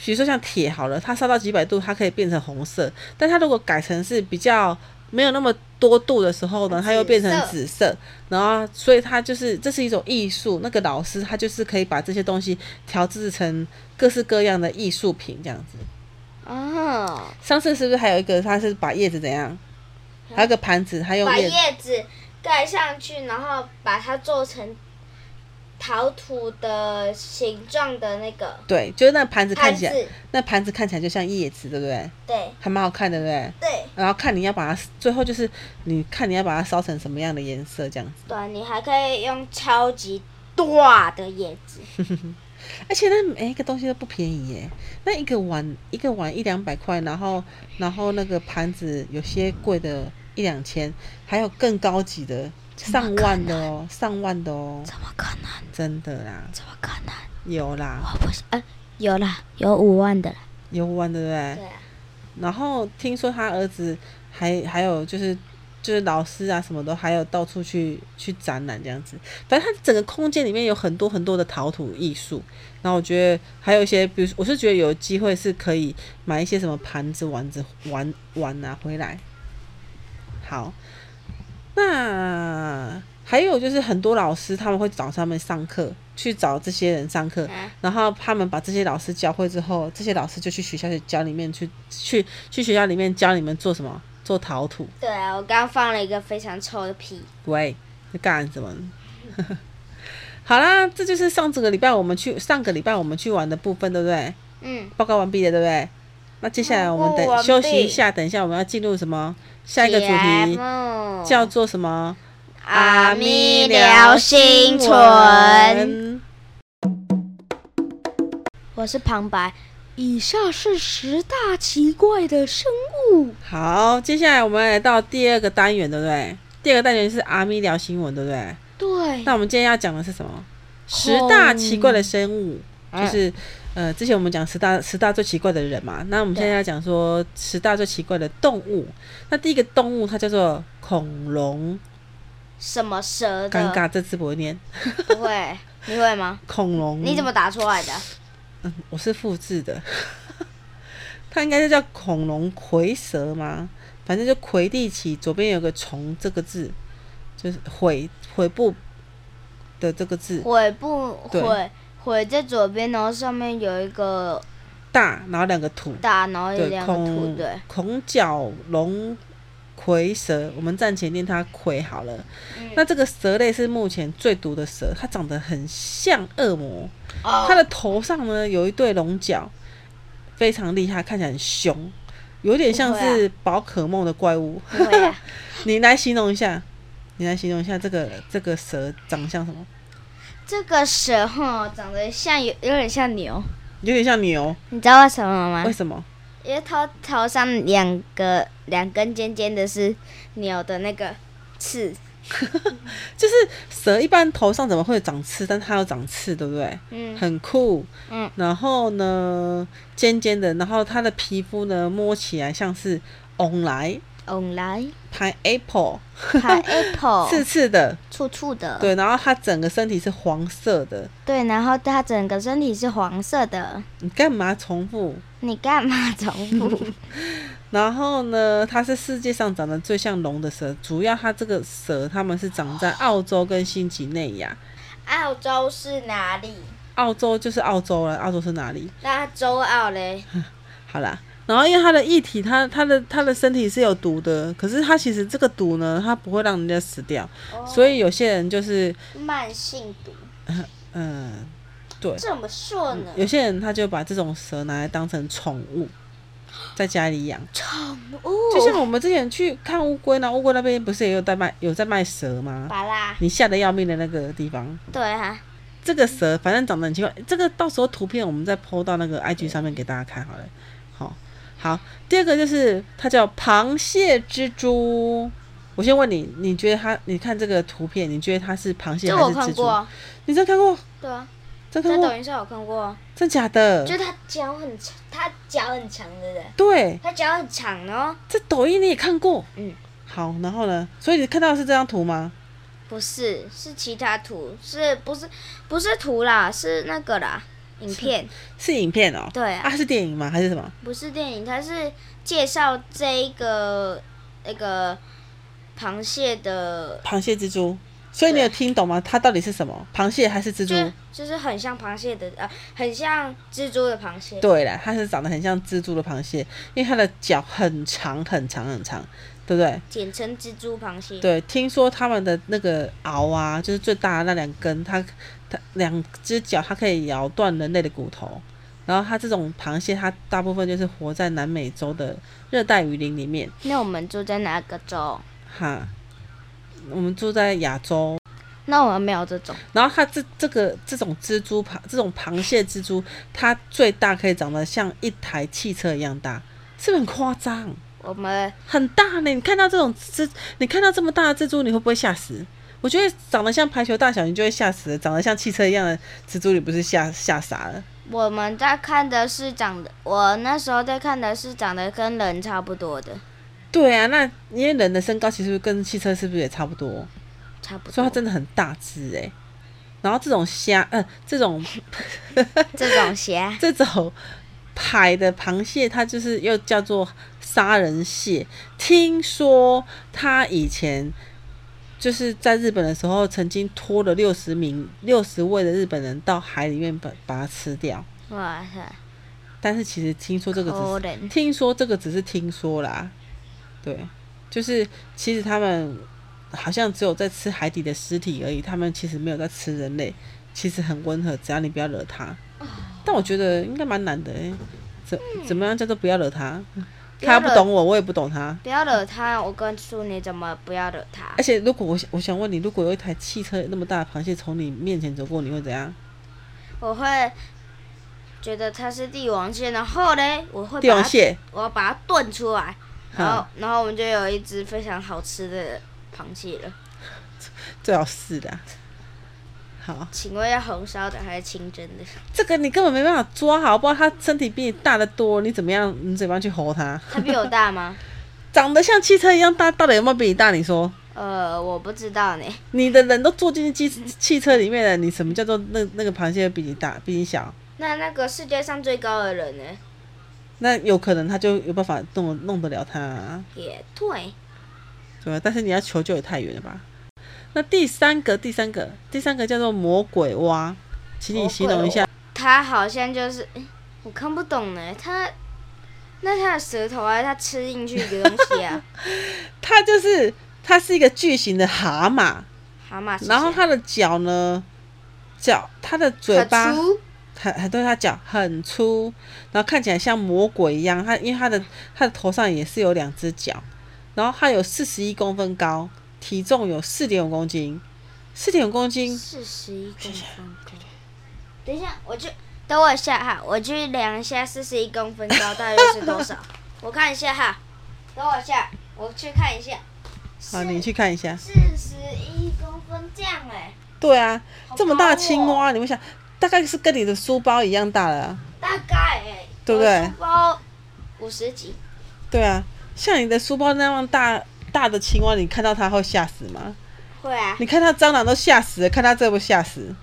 S1: 比如说像铁好了，它烧到几百度，它可以变成红色，但它如果改成是比较没有那么多度的时候呢，它又变成
S2: 紫色
S1: 紫色，然后所以它就是这是一种艺术。那个老师他就是可以把这些东西调制成各式各样的艺术品这样子。
S2: 哦，
S1: 上次是不是还有一个他是把叶子怎样，还有个盘子，他用
S2: 嗯把
S1: 叶子
S2: 叶子盖上去，然后把它做成陶土的形状的那个
S1: 对，就是那盘子
S2: 盘
S1: 看起
S2: 子
S1: 来，，那盘子看起来就像叶子，对不对？
S2: 对
S1: 还蛮好看的，对不对？
S2: 对
S1: 然后看你要把它，最后就是你看你要把它烧成什么样的颜色这样子。
S2: 对，你还可以用超级大的叶子，
S1: 而且那每一个东西都不便宜耶，那一个碗一个碗一两百块，然后然后那个盘子有些贵的一两千，还有更高级的上万的哦，上万的哦，
S2: 怎么可能？
S1: 真的啦，
S2: 怎么可能？
S1: 有啦，
S2: 我不是，呃，有啦，有五万的啦。
S1: 有万对不对？
S2: 对啊，
S1: 然后听说他儿子还还有就是就是老师啊什么都还有到处去去展览这样子，反正他整个空间里面有很多很多的陶土艺术。然后我觉得还有一些，比如我是觉得有机会是可以买一些什么盘子、碗子、碗碗啊回来。好，那还有就是很多老师他们会找他们上课，去找这些人上课，
S2: 啊
S1: 然后他们把这些老师教会之后，这些老师就去学校去教里面去去去学校里面教你们做什么，做陶土。
S2: 对啊，我刚刚放了一个非常臭的屁。
S1: 喂，在干什么？ 好啦，这就是上整个礼拜我们去上个礼拜我们去玩的部分，对不对？
S2: 嗯，
S1: 报告完毕了，对不对？那接下来我们
S2: 报告完
S1: 等
S2: 毕
S1: 休息一下，等一下我们要进入什么下一个主题，
S2: 题
S1: 叫做什么？
S2: 阿咪聊心存。。我是旁白。以下是十大奇怪的生物。
S1: 好，接下来我们来到第二个单元，对不对？第二个单元是阿咪聊新闻，对不对？
S2: 对
S1: 那，我们今天要讲的是什么？十大奇怪的生物，
S2: 哦
S1: 就是呃，之前我们讲十大十大最奇怪的人嘛，那我们现在要讲说十大最奇怪的动物。那第一个动物它叫做恐龙，
S2: 什么蛇的？
S1: 尴尬，这次不会念
S2: 不会，你会吗？
S1: 恐龙。
S2: 你怎么打出来的？
S1: 嗯，我是复制的，它应该是叫恐龙蝰蛇吗？反正就魁地奇，左边有个虫这个字，就是悔悔部的这个字
S2: 悔不
S1: 对
S2: 悔？悔在左边，然后上面有一个
S1: 大，然后两个土，
S2: 大，然后有
S1: 对，
S2: 两个土，
S1: 孔
S2: 对，
S1: 孔角龙葵蛇，我们暂且念它葵好了。
S2: 嗯
S1: 那这个蛇类是目前最毒的蛇，它长得很像恶魔，它
S2: 哦，
S1: 的头上呢有一对龙角，非常厉害，看起来很凶，有点像
S2: 不会啊
S1: 是宝可梦的怪物。
S2: 不会 啊，
S1: 你来形容一下，你来形容一下这个这个蛇长相什么？
S2: 这个蛇哈长得像有有点像牛，
S1: 有点像牛，
S2: 你知道为什么吗
S1: 为？什么？
S2: 因为它头上两个两根尖尖的是牛的那个刺，
S1: 就是蛇一般头上怎么会长刺，但它要长刺，对不对？
S2: 嗯
S1: 很酷。
S2: 嗯，
S1: 然后呢，尖尖的，然后它的皮肤呢，摸起来像是翁来
S2: 往嗯 来
S1: pineapple，刺
S2: ，pineapple，
S1: 刺的，
S2: 粗粗的，
S1: 对。然后它整个身体是黄色的。
S2: 对，然后它整个身体是黄色的，
S1: 你干嘛重复？
S2: 你干嘛重 复？
S1: 然后呢，它是世界上长得最像龙的蛇，主要它这个蛇，它们是长在澳洲跟新几内亚。
S2: 澳洲是哪里？
S1: 澳洲就是澳洲了，澳洲是哪里？
S2: 那周澳嘞？
S1: 好啦，然后因为它的液体，它它的它的身体是有毒的，可是它其实这个毒呢，它不会让人家死掉，所以有些人就是，
S2: 慢性毒，
S1: 嗯、对，
S2: 怎么说呢？
S1: 有些人他就把这种蛇拿来当成宠物，在家里养，
S2: 宠
S1: 就
S2: 物，
S1: 像我们之前去看乌龟呢，乌龟那边不是也有在卖有在卖蛇吗？
S2: 巴拉，
S1: 你吓得要命的那个地方，
S2: 对啊，
S1: 这个蛇反正长得很奇怪，这个到时候图片我们再 PO 到那个 IG 上面给大家看好了。好，好，第二个就是它叫螃蟹蜘蛛。我先问你，你觉得它？你看这个图片，你觉得它是螃蟹
S2: 这
S1: 还
S2: 我
S1: 是
S2: 看
S1: 蜘蛛？
S2: 过，
S1: 你真看过？
S2: 对啊，
S1: 真
S2: 在
S1: 看过
S2: 抖？音上有看过，
S1: 真假的
S2: 就？是它脚很长，它脚很长的人，
S1: 对，
S2: 它脚很长哦，
S1: 这抖音你也看过。
S2: 嗯。
S1: 好，然后呢？所以你看到的是这张图吗？
S2: 不是，是其他图，是不是不是图啦，是那个啦，影片，
S1: 是影片哦。
S2: 对
S1: 啊，
S2: 啊，
S1: 是电影吗？还是什么？
S2: 不是电影，它是介绍这一个那个螃蟹的，
S1: 螃蟹蜘蛛。所以你有听懂吗？它到底是什么？螃蟹还是蜘蛛
S2: 就？就是很像螃蟹的，呃，很像蜘蛛的螃蟹，
S1: 对了，它是长得很像蜘蛛的螃蟹，因为它的脚很长很长很长，对不对？
S2: 简称蜘蛛螃蟹。
S1: 对，听说它们的那个螯啊，就是最大的那两根，它它两只脚它可以咬断人类的骨头。然后它这种螃蟹，它大部分就是活在南美洲的热带雨林里面。
S2: 那我们住在哪个州？
S1: 哈，我们住在亚洲，
S2: 那我们没有这种，
S1: 然后它这这个这种蜘蛛螃这种螃蟹蜘蛛，它最大可以长得像一台汽车一样大，是不是很夸张？
S2: 我们
S1: 很大呢。你看到这种蜘，你看到这么大的蜘蛛，你会不会吓死？我觉得长得像排球大小，你就会吓死了；长得像汽车一样的蜘蛛，你不是吓吓傻了？
S2: 我们在看的是长得，我那时候在看的是长得跟人差不多的，
S1: 对啊，那因为人的身高其实跟汽车是不是也差不多？
S2: 差不
S1: 所以它
S2: 多。
S1: 真的很大只诶、然后这种虾，嗯、这种
S2: 这种鞋
S1: 这种海的螃蟹，它就是又叫做杀人蟹。听说它以前就是在日本的时候，曾经拖了六十名、六十位的日本人到海里面把把它吃掉。
S2: 哇塞，
S1: 但是其实听说这个只是
S2: 可怜。
S1: 听说这个只是听说啦，对，就是其实他们好像只有在吃海底的尸体而已，他们其实没有在吃人类，其实很温和，只要你不要惹它。
S2: 哦
S1: 但我觉得应该蛮难的、欸，怎怎么样叫做不要惹它？
S2: 嗯不要
S1: 他
S2: 惹
S1: 不懂我，我也不懂他。
S2: 不要惹他，我跟说你怎么不要惹他
S1: 而，且如果我想我想问你，如果有一台汽车那么大的螃蟹从你面前走过，你会怎样？
S2: 我会觉得他是帝王蟹，然后嘞，我会
S1: 帝王
S2: 把它，
S1: 蟹，
S2: 我要把它炖出来，然后
S1: 哈，
S2: 然后我们就有一只非常好吃的螃蟹了。
S1: 最好是的。好，
S2: 请问要红烧的还是清蒸的？
S1: 这个你根本没办法抓好，不知道它身体比你大得多，你怎么样？你怎么样去吼它？
S2: 它比我大 吗？
S1: 长得像汽车一样大，到底有没有比你大？你说，
S2: 呃，我不知道呢。
S1: 你的人都坐进汽汽车里面了，你什么叫做那那个螃蟹比你大，比你小？
S2: 那那个世界上最高的人呢？
S1: 那有可能他就有办法弄弄得了它啊、
S2: 也对，
S1: 对吧？但是你要求救也太远了吧。那第三个，第三个，第三个叫做魔鬼蛙，请你形容一下。
S2: 它好像就是，诶我看不懂呢。它，那它的舌头啊，它吃进去一个东 西啊，
S1: 它就是它是一个巨型的蛤蟆，
S2: 蛤蟆是谁啊。
S1: 然后它的脚呢，脚它的嘴
S2: 很
S1: 巴
S2: 粗
S1: 很很对，它脚很粗，然后看起来像魔鬼一样。它因为它的它的头上也是有两只脚，然后它有四十一公分高，体重有四点五公斤，四点五公斤
S2: 四十一公分高。等一下，我去，等我一下哈，我去量一下四十一公分高大约是 多少，我看一下哈。等我一下，我去看一下。
S1: 好，你去看一下。
S2: 四十一公分这样哎、
S1: 对啊，
S2: 好
S1: 这么大的
S2: 高
S1: 青
S2: 哦
S1: 蛙，你们想，大概是跟你的书包一样大了、啊。
S2: 大概哎、
S1: 对不对
S2: 我书包五十几，
S1: 对啊，像你的书包那样大大的青蛙，你看到它会吓死吗？
S2: 会啊。
S1: 你看到蟑螂都吓死了，看它这不吓死？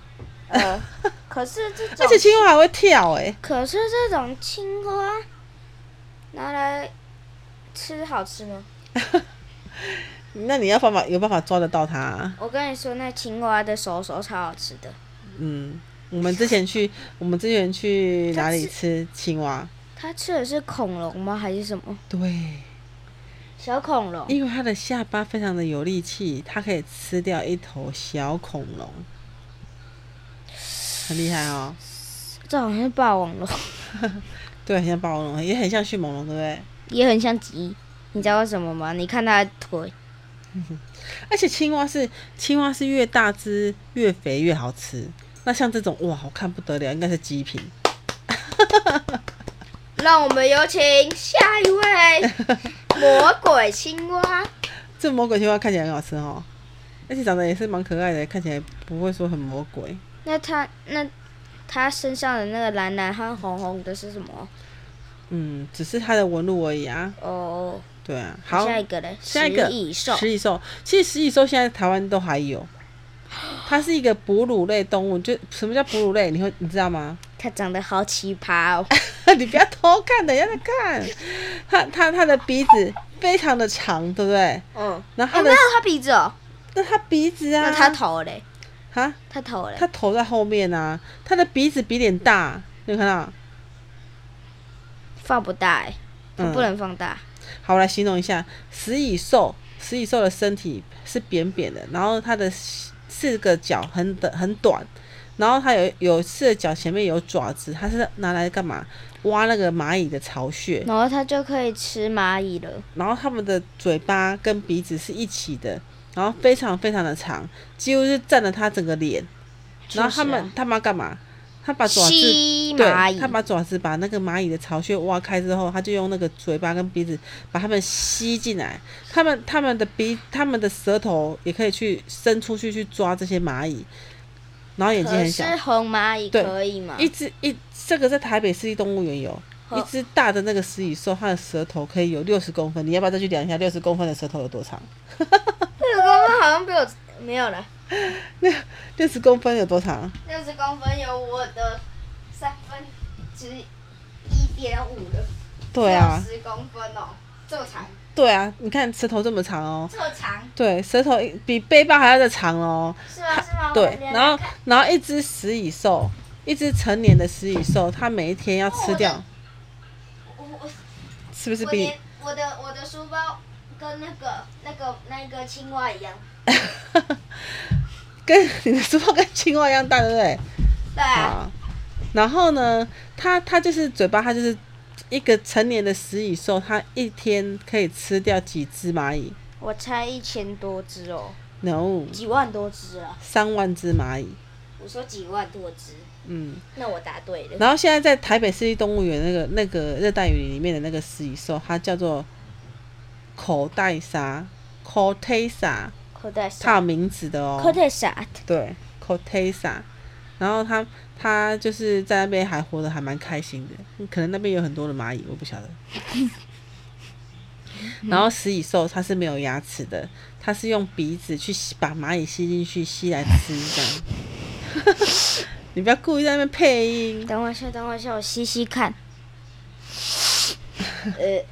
S2: 呃， 可是这
S1: 而且
S2: 种，
S1: 青蛙还会跳哎、
S2: 可是这种青蛙拿来吃好吃吗？
S1: 那你要办法有办法抓得到它啊、
S2: 我跟你说，那青蛙的手手超好吃的，
S1: 嗯，我们之前去，我们之前去哪里吃青蛙？
S2: 它吃的是恐龙吗？还是什么？
S1: 对，
S2: 小恐龙？
S1: 因为它的下巴非常的有力气，它可以吃掉一头小恐龙，很厉害哦。
S2: 这好像是霸王龙，
S1: 对，很像暴龙，也很像迅猛龙，对不对？
S2: 也很像鸡。你知道为什么吗？你看它的腿，
S1: 而且青蛙是青蛙是越大只越肥越好吃。那像这种哇，好看不得了，应该是极品。
S2: 让我们有请下一 位魔鬼青蛙。
S1: 这魔鬼青蛙看起来很好吃哦，而且长得也是蛮可爱的，看起来不会说很魔鬼。
S2: 那它那它身上的那个蓝蓝和红红的是什么？
S1: 嗯，只是它的纹路而已啊。
S2: 哦，
S1: 对啊，好，
S2: 下一个嘞，
S1: 下一个
S2: 食蚁兽，
S1: 食蚁兽，其实食蚁兽现在台湾都还有，它是一个哺乳类动物。就什么叫哺乳类？你会你知道 吗？
S2: 它长得好奇葩哦。
S1: 你不要偷看，等一下再看。它它它的鼻子非常的长，对不对？
S2: 嗯，
S1: 然后
S2: 哎，
S1: 它
S2: 没
S1: 的、
S2: 有它鼻子哦，
S1: 那它鼻子啊，
S2: 那它头嘞，
S1: 啊，
S2: 它头嘞，
S1: 它头在后面啊，它的鼻子比脸大，你有看到？
S2: 放不大哎，它
S1: 嗯
S2: 不能放大。
S1: 好，我来形容一下，食蚁兽，食蚁兽的身体是扁扁的，然后它的四个脚很短很短，然后它有有四个脚前面有爪子，它是拿来干嘛？挖那个蚂蚁的巢穴，
S2: 然后它就可以吃蚂蚁了。
S1: 然后它们的嘴巴跟鼻子是一起的，然后非常非常的长，几乎是占了它整个脸。然后它
S2: 确实
S1: 们
S2: 啊
S1: 它们要干嘛？它把啊爪子
S2: 吸蚂
S1: 对，
S2: 蚁
S1: 他，把爪子把那个蚂蚁的巢穴挖开之后，他就用那个嘴巴跟鼻子把它们吸进来。他们他们的鼻、他们的舌头也可以去伸出去去抓这些蚂蚁，然后眼睛
S2: 可
S1: 很小。
S2: 是红蚂蚁
S1: 对
S2: 可以吗？
S1: 一只一这个在台北市立动物园有
S2: 好
S1: 一只大的那个食蚁兽，它的舌头可以有六十公分。你要不要再去量一下六十公分的舌头有多长？
S2: 六十公分好像比我没有了，
S1: 六十公分有多长？
S2: 六十公分有我的三分之一点五了。
S1: 对啊，
S2: 十公分哦，这么长，
S1: 对啊，你看舌头这么长哦，
S2: 这么长
S1: 对，舌头比背包还要再长哦。
S2: 是吗？是吗？我
S1: 对，
S2: 连
S1: 然后然后一只食蚁兽，一只成年的食蚁兽，它每一天要吃掉，
S2: 我我
S1: 是不是
S2: 我
S1: 比你
S2: 连我的我的书包跟那个那个那个青蛙一样。
S1: 跟你的书包跟青蛙一样大，对不对？
S2: 对啊，
S1: 啊。然后呢，它它就是嘴巴，它就是一个成年的食蚁兽，它一天可以吃掉几只蚂蚁
S2: 我猜一千多只哦，
S1: ？No，
S2: 几万多只啊！
S1: 三万只蚂蚁。
S2: 我说几万多只，
S1: 嗯，
S2: 那我答对了。
S1: 然后现在在台北市立动物园那个那个热带雨林里面的那个食蚁兽，它叫做口袋鲨 c o t e s a
S2: 口袋
S1: 它有
S2: 鲨，
S1: 名字的哦。
S2: 口袋鲨，
S1: 对 c o t e s a 然后他他就是在那边还活得还蛮开心的，可能那边有很多的蚂蚁，我不 晓得。然后食蚁兽它是没有牙齿的，它是用鼻子去吸把蚂蚁吸进去，吸来吃这样。 你不要故意在那边配音。
S2: 等 我一下，等我一下，我吸吸看。呃，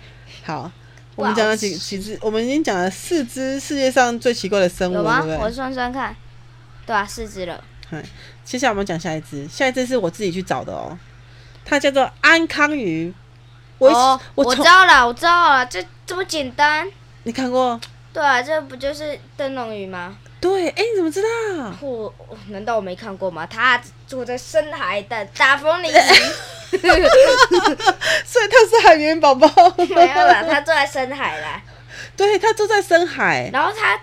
S1: 好，我们讲了几几只，我们已经讲了四只世界上最奇怪的生物
S2: 有
S1: 了，
S2: 吗？
S1: 对不
S2: 我
S1: 对？
S2: 算算看，对啊，四只了。
S1: 接下来我们讲下一只，下一只是我自己去找的哦，它叫做安康鱼。我一、
S2: 哦，我知
S1: 从
S2: 道了，我知道了，这这么简单。
S1: 你看过？
S2: 对啊，这不就是灯笼鱼吗？
S1: 对，哎，你怎么知 道？
S2: 我我难道我没看过吗？它住在深海的大风里，
S1: 所以它是海绵宝宝。
S2: 没有啦，它住在深海啦。
S1: 对，它住在深海。
S2: 然后它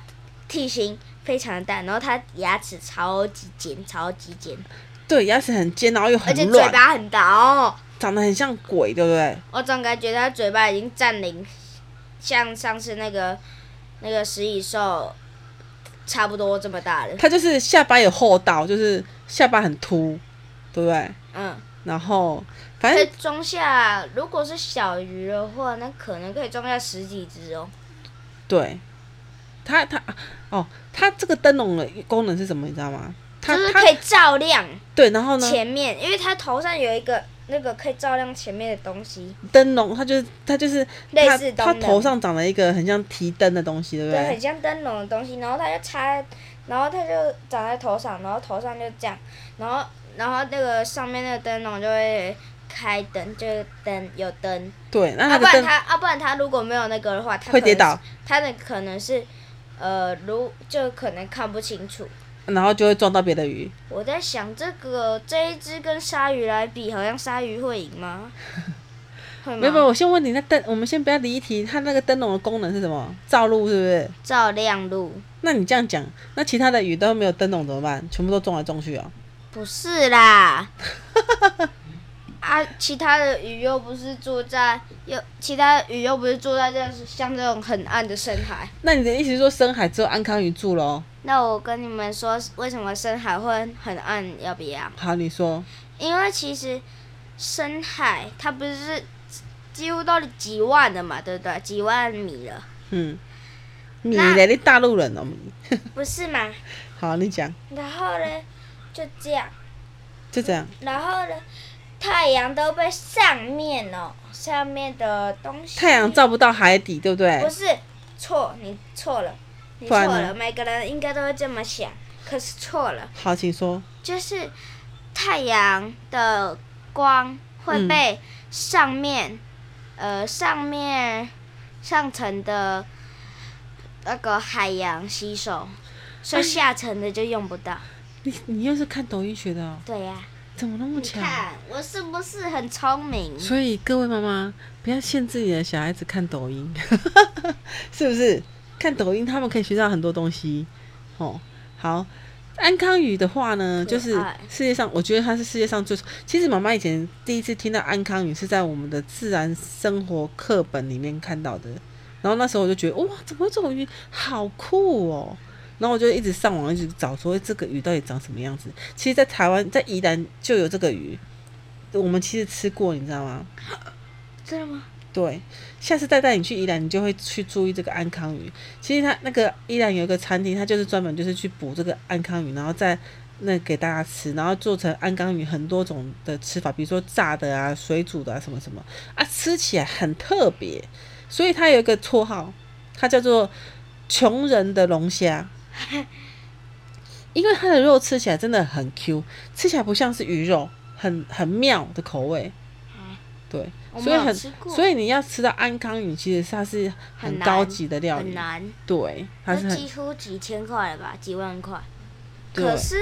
S2: 体型非常大，然后它牙齿超级尖，超级尖，
S1: 对，牙齿很尖，然后又
S2: 而
S1: 很
S2: 且嘴
S1: 乱，
S2: 巴很大哦。
S1: 长得很像鬼，对不对？
S2: 我总感觉它嘴巴已经占领，像上次那个那个食蚁兽差不多这么大了。
S1: 它就是下巴有厚道，就是下巴很凸，对不对？
S2: 嗯，
S1: 然后反
S2: 可以
S1: 正
S2: 装下，如果是小鱼的话，那可能可以装下十几只哦。
S1: 对，它它哦，它这个灯笼的功能是什么？你知道吗？它
S2: 就是
S1: 它
S2: 可以照亮
S1: 对，然后呢？
S2: 前面，因为它头上有一个那个可以照亮前面的东西，
S1: 灯笼它就是它就是
S2: 类
S1: 它
S2: 似
S1: 它
S2: 灯笼
S1: 头上长了一个很像提灯的东西，对不
S2: 对，
S1: 对
S2: 很？像灯笼的东西，然后它就插，然后它就长在头上，然后头上就这样，然后然后那个上面那个灯笼就会开灯，就是灯有灯，
S1: 对，那
S2: 啊
S1: 它
S2: 不
S1: 的
S2: 然
S1: 灯
S2: 它啊不然它如果没有那个的话，它
S1: 会
S2: 可
S1: 跌
S2: 能是
S1: 倒，
S2: 它的可能是呃如就可能看不清楚。
S1: 然后就会撞到别的鱼。
S2: 我在想这个这一只跟鲨鱼来比，好像鲨鱼会赢 吗？会
S1: 没有，没有
S2: 吗？
S1: 我先问你，那灯我们先不要离题，它那个灯笼的功能是什么？照路是不是？
S2: 照亮路
S1: 那你这样讲，那其他的鱼都没有灯笼怎么办？全部都撞来撞去哦。
S2: 不是啦， 啊，其他的鱼又不是住在又其他的鱼又不是住在这样像这种很暗的深海。
S1: 那你的意思是说深海只有安康鱼住哦喽？
S2: 那我跟你们说，为什么深海会很暗？要不要？
S1: 好，你说，
S2: 因为其实深海它不是几乎都几万的嘛，对不对？几万米了，
S1: 嗯，你
S2: 那
S1: 嘞，你大陆人哦。
S2: 不是嘛？
S1: 好，你讲，
S2: 然后呢，就这样。
S1: 就这样。
S2: 然后呢，太阳都被上面哦，上面的东西。
S1: 太阳照不到海底，对不对
S2: 不？是错，你错了，
S1: 哎不
S2: 你错
S1: 然呢
S2: 了。每个人应该都会这么想，可是错了，
S1: 好，请说。
S2: 就是太阳的光会
S1: 嗯
S2: 被上面，呃，上面上层的呃那个海洋吸收，所以下层的就用不到。
S1: 你你又是看抖音学的哦？
S2: 对呀、
S1: 怎么那么
S2: 你
S1: 巧？
S2: 看我是不是很聪明？
S1: 所以各位妈妈，不要限制你的小孩子看抖音， 是不是？看抖音他们可以学到很多东西。哦，好，安康鱼的话呢，
S2: 可
S1: 就是
S2: 爱
S1: 世界上，我觉得它是世界上最。其实妈妈以前第一次听到安康鱼是在我们的自然生活课本里面看到的，然后那时候我就觉得哇，怎么会这种鱼好酷哦！然后我就一直上网一直找说哎这个鱼到底长什么样子。其实，在台湾，在宜兰就有这个鱼，我们其实吃过，你知道吗？
S2: 真的吗？
S1: 对，下次再带你去宜兰，你就会去注意这个安康鱼。其实它那个宜兰有一个餐厅，它就是专门就是去捕这个安康鱼，然后再那给大家吃，然后做成安康鱼很多种的吃法，比如说炸的啊、水煮的啊什么什么啊，吃起来很特别，所以它有一个绰号，它叫做“穷人的龙虾”，因为它的肉吃起来真的很 Q，吃起来不像是鱼肉，很很妙的口味。对，
S2: 我
S1: 所以
S2: 没有
S1: 很
S2: 吃过，
S1: 所以你要吃到安康鱼，其实它是很
S2: 很
S1: 高
S2: 难
S1: 级的料
S2: 很
S1: 理，
S2: 难，
S1: 对，它是
S2: 那
S1: 很
S2: 几乎几千块了吧，几万块。
S1: 对
S2: 可是，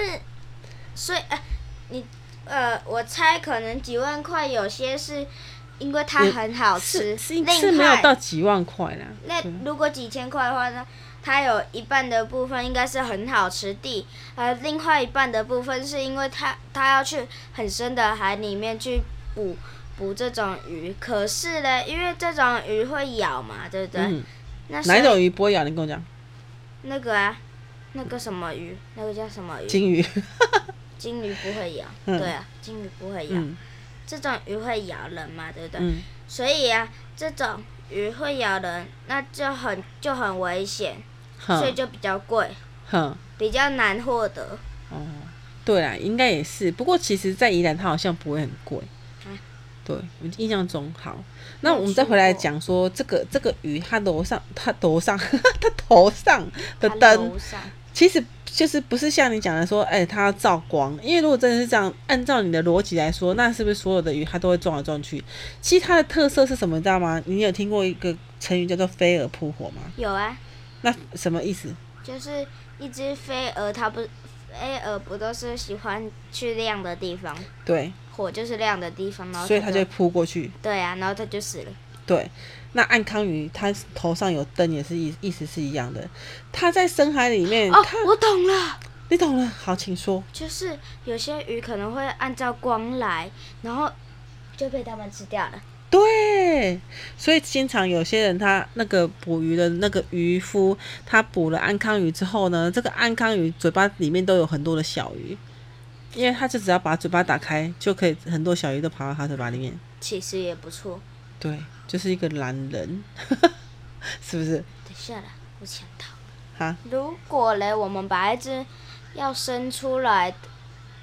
S2: 所以呃，你呃，我猜可能几万块有些是因为它
S1: 也
S2: 很好
S1: 是
S2: 吃，
S1: 是是
S2: 另
S1: 没有
S2: 外
S1: 到嗯几万块啦，
S2: 那
S1: 对
S2: 如果几千块的话呢？它有一半的部分应该是很好吃地，呃，另外一半的部分是因为它它要去很深的海里面去捕捕这种鱼，可是呢，因为这种鱼会咬嘛，对不对？
S1: 嗯，
S2: 那所
S1: 哪一
S2: 以
S1: 种鱼不会咬？你跟我讲，
S2: 那个啊，那个什么鱼，那个叫什么鱼？
S1: 金鱼，
S2: 金鱼不会咬，
S1: 嗯
S2: 对啊，金鱼不会咬。
S1: 嗯
S2: 这种鱼会咬人嘛，对不对？
S1: 嗯，
S2: 所以啊，这种鱼会咬人，那就很就很危险，所以
S1: 哼
S2: 就比较贵，
S1: 哼，
S2: 比较难获得。嗯
S1: 哦，对啦，应该也是，不过其实，在宜兰它好像不会很贵，对我印象中好。那我们再回来讲说这个这个鱼，它楼上它头上 它头上的
S2: 它
S1: 灯
S2: 楼上
S1: 其实就是不是像你讲的说，哎、它要照光，因为如果真的是这样，按照你的逻辑来说，那是不是所有的鱼它都会撞来撞去？其实它的特色是什么，你知道吗？你有听过一个成语叫做“飞蛾扑火”吗？
S2: 有啊，
S1: 那什么意思？
S2: 就是一只飞蛾，它不飞蛾不都是喜欢去亮的地方，
S1: 对，
S2: 火就是亮的地方，然后
S1: 所以它就会扑过去。
S2: 对啊，然后它就死了。
S1: 对，那安康鱼它头上有灯也是意意思是一样的。它在深海里面，
S2: 哦
S1: 它，
S2: 我懂了，
S1: 你懂了，好，请说。
S2: 就是有些鱼可能会按照光来，然后就被它们吃掉了。
S1: 对，所以经常有些人他那个捕鱼的那个渔夫，他捕了安康鱼之后呢，这个安康鱼嘴巴里面都有很多的小鱼，因为他就只要把嘴巴打开，就可以很多小鱼都跑到他嘴巴里面。
S2: 其实也不错。
S1: 对，就是一个懒人， 是不是？
S2: 等一下啦，我想到。
S1: 哈，
S2: 如果嘞，我们把一只要生出来、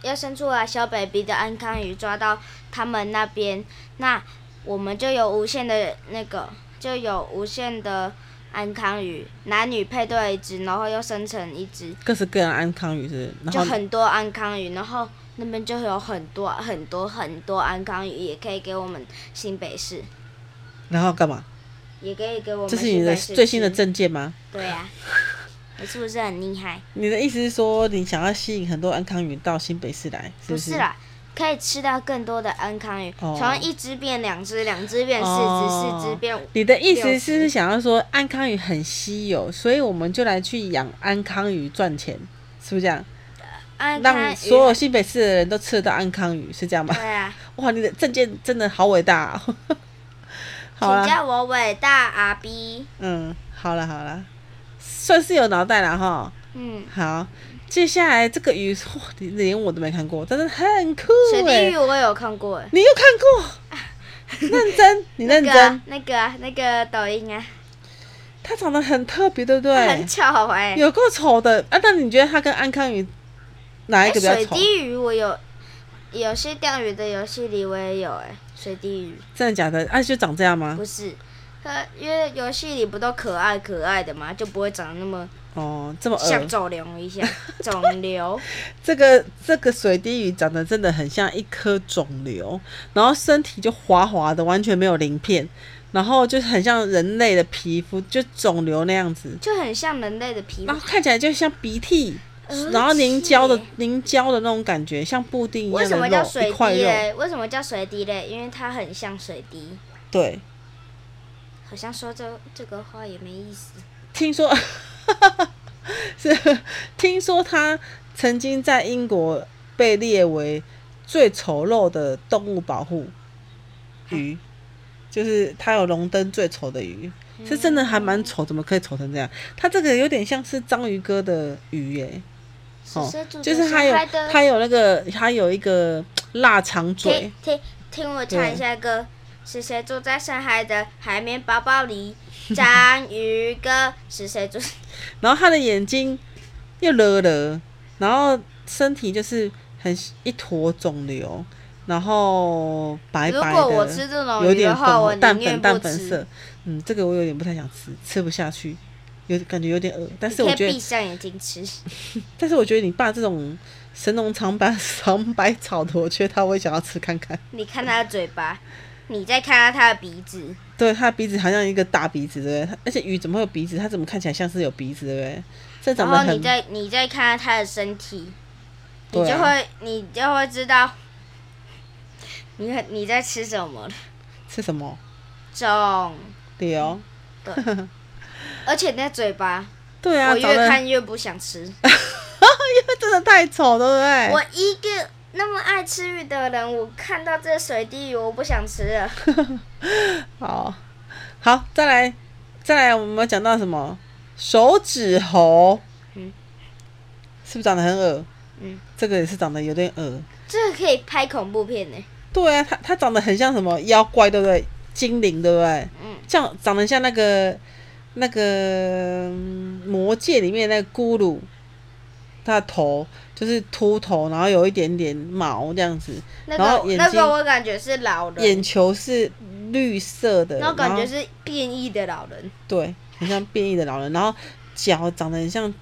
S2: 要生出来小 baby 的安康鱼抓到他们那边，那我们就有无限的那个，就有无限的安康鱼，男女配对一只，然后又生成一只，
S1: 各式各样的安康鱼是不是，
S2: 就
S1: 然后
S2: 很多安康鱼，然后那边就有很多很多很多安康鱼，也可以给我们新北市，
S1: 然后干嘛？
S2: 也可以给我们
S1: 这是你
S2: 新北
S1: 的
S2: 市
S1: 最新的
S2: 吃
S1: 证件吗？
S2: 对呀、你是不是很厉害？
S1: 你的意思是说，你想要吸引很多安康鱼到新北市来，是
S2: 不
S1: 是？
S2: 是啦，可以吃到更多的安康鱼，
S1: 哦
S2: 从、一只变两只，两只变四只，
S1: 哦
S2: 四只变五。
S1: 你的意思
S2: 六
S1: 是
S2: 十
S1: 想要说安康鱼很稀有，所以我们就来去养安康鱼赚钱，是不是这样？
S2: 安康
S1: 让
S2: 鱼，啊
S1: 所有新北市的人都吃得到安康鱼，是这样吧？
S2: 对啊，
S1: 哇，你的证件真的好伟大、哦！ 好
S2: 请
S1: 啦，
S2: 叫我伟大阿 B。
S1: 嗯，好了好了，算是有脑袋了哈。
S2: 嗯，
S1: 好，接下来这个鱼，哇，你连我都没看过，真的很酷
S2: 水
S1: 哎、
S2: 滴鱼我有看过，哎
S1: 你又看过？ 认真，你认
S2: 那
S1: 真。
S2: 个啊那个啊那个抖音啊，
S1: 它长得很特别，对不对？
S2: 很巧哎、
S1: 有够丑的啊！那你觉得它跟安康鱼哪
S2: 哎
S1: 一个比较
S2: 水
S1: 丑？
S2: 滴鱼我有，有些钓鱼的游戏里我也有哎、水滴鱼
S1: 真的假的？啊，就长这样吗
S2: 不？是。呃，因为游戏里不都可爱可爱的嘛，就不会长得那么
S1: 哦，这么
S2: 像
S1: 恶。
S2: 肿瘤一 样，肿瘤。
S1: 这个这个水滴鱼长得真的很像一颗肿瘤，然后身体就滑滑的，完全没有鳞片，然后就是很像人类的皮肤，就肿瘤那样子，
S2: 就很像人类的皮
S1: 然
S2: 肤
S1: 后。看起来就像鼻涕
S2: 而且，
S1: 然后凝胶的凝胶的那种感觉，像布丁一
S2: 为
S1: 样
S2: 什
S1: 的
S2: 么叫
S1: 肉，
S2: 水
S1: 一块
S2: 滴
S1: 肉。
S2: 嘞？为什么叫水滴嘞？因为它很像水滴。
S1: 对，
S2: 好像说这这个话也没意思。
S1: 听说 是听说他曾经在英国被列为最丑陋的动物保护鱼，就是它有龙灯最丑的鱼，是真的还蛮丑，怎么可以丑成这样？它这个有点像是章鱼哥的鱼耶、哦
S2: 水煮的
S1: 就是它有
S2: 小孩的
S1: 它有那个它有一个腊肠嘴
S2: 听，听听我唱一下歌。是谁住在深海的海绵宝宝里？章鱼哥是 谁住？
S1: 然后它的眼睛又勒勒，然后身体就是很一坨肿瘤，然后白
S2: 如
S1: 白的，
S2: 果我吃这
S1: 有
S2: 种鱼的
S1: 点
S2: 话，我
S1: 粉淡
S2: 宁
S1: 粉
S2: 愿
S1: 淡
S2: 不
S1: 粉
S2: 吃。
S1: 色。嗯，这个我有点不太想吃，吃不下去，有感觉有点饿。但
S2: 你
S1: 是
S2: 可
S1: 我
S2: 以
S1: 觉
S2: 闭
S1: 得，
S2: 上眼睛吃。
S1: 但是我觉得你爸这种神农尝百 尝百草的，我觉得他会想要吃看看。
S2: 你看它的嘴巴，你再看看它的鼻子，
S1: 对，他的鼻子好像一个大鼻子，对不对？它而且鱼怎么会有鼻子？它怎么看起来像是有鼻子，对不对？这
S2: 然
S1: 长得
S2: 后你
S1: 很，
S2: 再你再看看它的身体。你
S1: 对
S2: 就
S1: 啊
S2: 会你就会知道你你在吃什么了
S1: 是什么？
S2: 肿，
S1: 对哦，
S2: 而且那嘴巴，
S1: 对啊，
S2: 我
S1: 长得
S2: 越看越不想吃。
S1: 真的太丑，对不对？
S2: 我一个那么爱吃鱼的人，我看到这水滴鱼，我不想吃了。
S1: 好，好，再来，再来，我们有讲到什么？手指猴，
S2: 嗯
S1: 是不是长得很恶？
S2: 嗯，
S1: 这个也是长得有点恶。
S2: 这个可以拍恐怖片呢、
S1: 对啊，它它长得很像什么妖怪，对不对？精灵，对不对？
S2: 嗯，
S1: 像长得像那个那个嗯魔界里面那个咕噜，它的头就就是秃头，然后有一点点毛这样子，
S2: 那
S1: 然后
S2: 个
S1: 眼睛
S2: 那个我感觉是老
S1: 眼
S2: 人，
S1: 球是绿色的，
S2: 那我感
S1: 然后
S2: 觉是变异的老人，
S1: 对，很像变异的老人，然后脚长得很像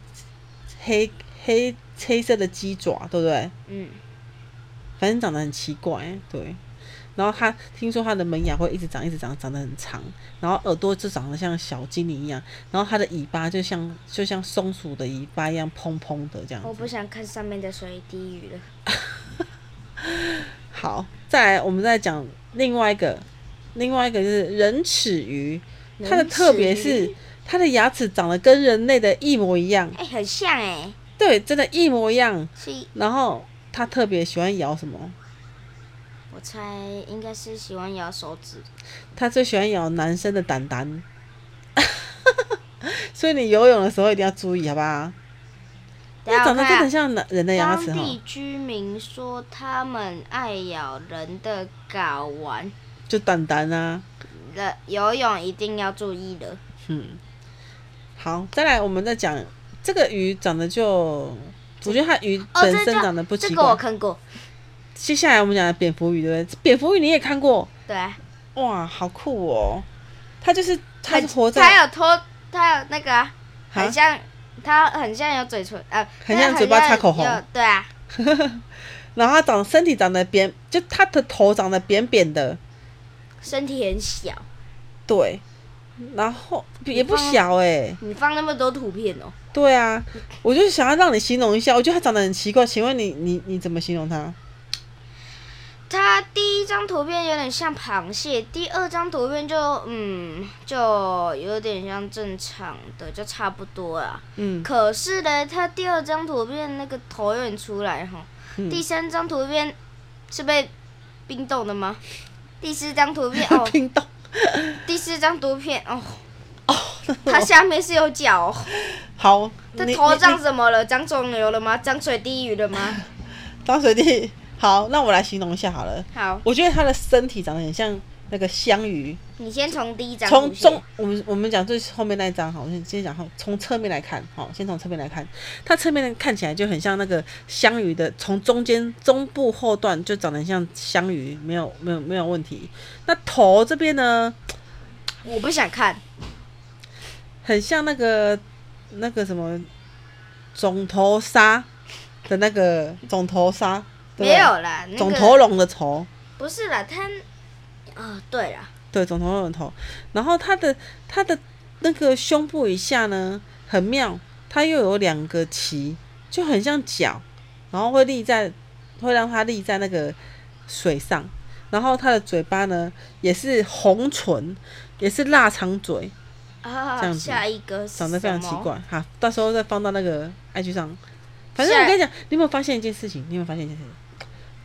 S1: 黑黑黑色的鸡爪，对不对？
S2: 嗯，
S1: 反正长得很奇怪，对。然后他听说他的门牙会一直长，一直长，长得很长，然后耳朵就长得像小精灵一样，然后他的尾巴就像就像松鼠的尾巴一样蓬蓬的这样
S2: 我
S1: 子。
S2: 不想看上面的水滴鱼了。
S1: 好，再来我们再讲另外一个，另外一个就是人齿鱼，它的特别
S2: 人齿
S1: 是
S2: 鱼
S1: 它的牙齿长得跟人类的一模一样，
S2: 哎、很像哎、
S1: 对，真的，一模一样。
S2: 是
S1: 然后它特别喜欢咬什么？
S2: 我猜应该是喜欢咬手指，
S1: 它最喜欢咬男生的胆胆， 所以你游泳的时候一定要注意，好不好？
S2: 等
S1: 那
S2: 下
S1: 长
S2: 我
S1: 得
S2: 看
S1: 真的很
S2: 看。啊
S1: 像男人的牙齿哦
S2: 当
S1: 哈，
S2: 地居民说，他们爱咬人的睾丸，
S1: 就胆胆啊，
S2: 人游泳一定要注意的。
S1: 嗯。好，再来我们再讲这个鱼长得就，我觉得它鱼
S2: 哦，
S1: 本
S2: 这
S1: 身
S2: 就
S1: 长得不
S2: 这
S1: 奇
S2: 个
S1: 怪。
S2: 我看过，
S1: 接下来我们讲的蝙蝠鱼，对不对？蝙蝠鱼你也看过，
S2: 对啊、
S1: 哇，好酷哦！它就是它
S2: 很
S1: 活在
S2: 它有脱，它有那个啊、
S1: 啊
S2: 很像，它很像有嘴唇，呃，
S1: 很
S2: 它
S1: 像嘴巴
S2: 像
S1: 擦口红
S2: 有对啊，
S1: 然后它长身体长得扁，就它的头长得扁扁的，
S2: 身体很小。
S1: 对，然后也不
S2: 你放
S1: 小哎、
S2: 你放那么多图片哦，
S1: 对啊，我就想要让你形容一下，我觉得它长得很奇怪，请问你你你怎么形容它？
S2: 它第一张图片有点像螃蟹，第二张图片就嗯，就有点像正常的，就差不多啊。
S1: 嗯，
S2: 可是呢，它第二张图片那个头有点出来哈，
S1: 嗯
S2: 第三张图片是被冰冻的吗？第四张图 片哦，
S1: 冰冻
S2: 第四张图片哦，
S1: 哦，
S2: 它下面是有 脚、哦。
S1: 好，
S2: 这
S1: 你
S2: 头
S1: 你
S2: 长
S1: 你
S2: 什么了？长肿瘤了吗？长水滴鱼了 吗？
S1: 当水弟，好，那我来形容一下好了。
S2: 好，
S1: 我觉得它的身体长得很像那个香鱼，
S2: 你先从第一张
S1: 从
S2: 图先
S1: 中，我们我们讲最后面那一张哈，我们先讲后，从侧面来看，好，先从侧面来看，它侧面看起来就很像那个香鱼的，从中间中部后段就长得很像香鱼，没有没有没有问题。那头这边呢，
S2: 我不想看，
S1: 很像那个那个什么总头鲨的那个总头鲨，对不
S2: 没
S1: 对
S2: 有啦，那个
S1: 总头龙的头，
S2: 不是啦，它哦，对啦，
S1: 对，总头龙的头。然后它的它的那个胸部以下呢，很妙，它又有两个鳍，就很像脚，然后会立在，会让它立在那个水上。然后它的嘴巴呢，也是红唇，也是腊肠嘴，这
S2: 啊，
S1: 样子
S2: 下一个是
S1: 长得非常奇
S2: 什么，
S1: 怪。好，到时候再放到那个哎 IG 上。反正我
S2: 下
S1: 跟你讲，你有没有发现一件事情？你有没有发现一件事情？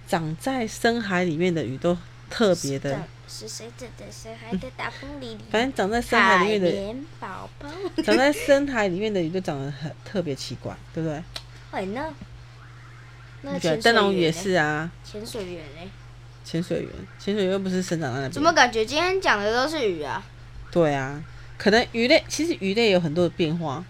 S1: 长在深海里面的鱼都特别的，
S2: 是谁在的谁还在大风里？
S1: 反正长在深海
S2: 海
S1: 里面的
S2: 绵宝宝，
S1: 长在深海里面的鱼都长得很特别奇怪，对不对？
S2: 哎那那
S1: 你觉得
S2: 潜
S1: 灯笼鱼
S2: 水
S1: 也
S2: 员呢？
S1: 是啊，
S2: 潜水员呢？
S1: 潜水员，潜水员又不是生长在那
S2: 怎么
S1: 边。
S2: 感觉今天讲的都是鱼啊？
S1: 对啊，可能鱼类其实鱼类有很多的变化。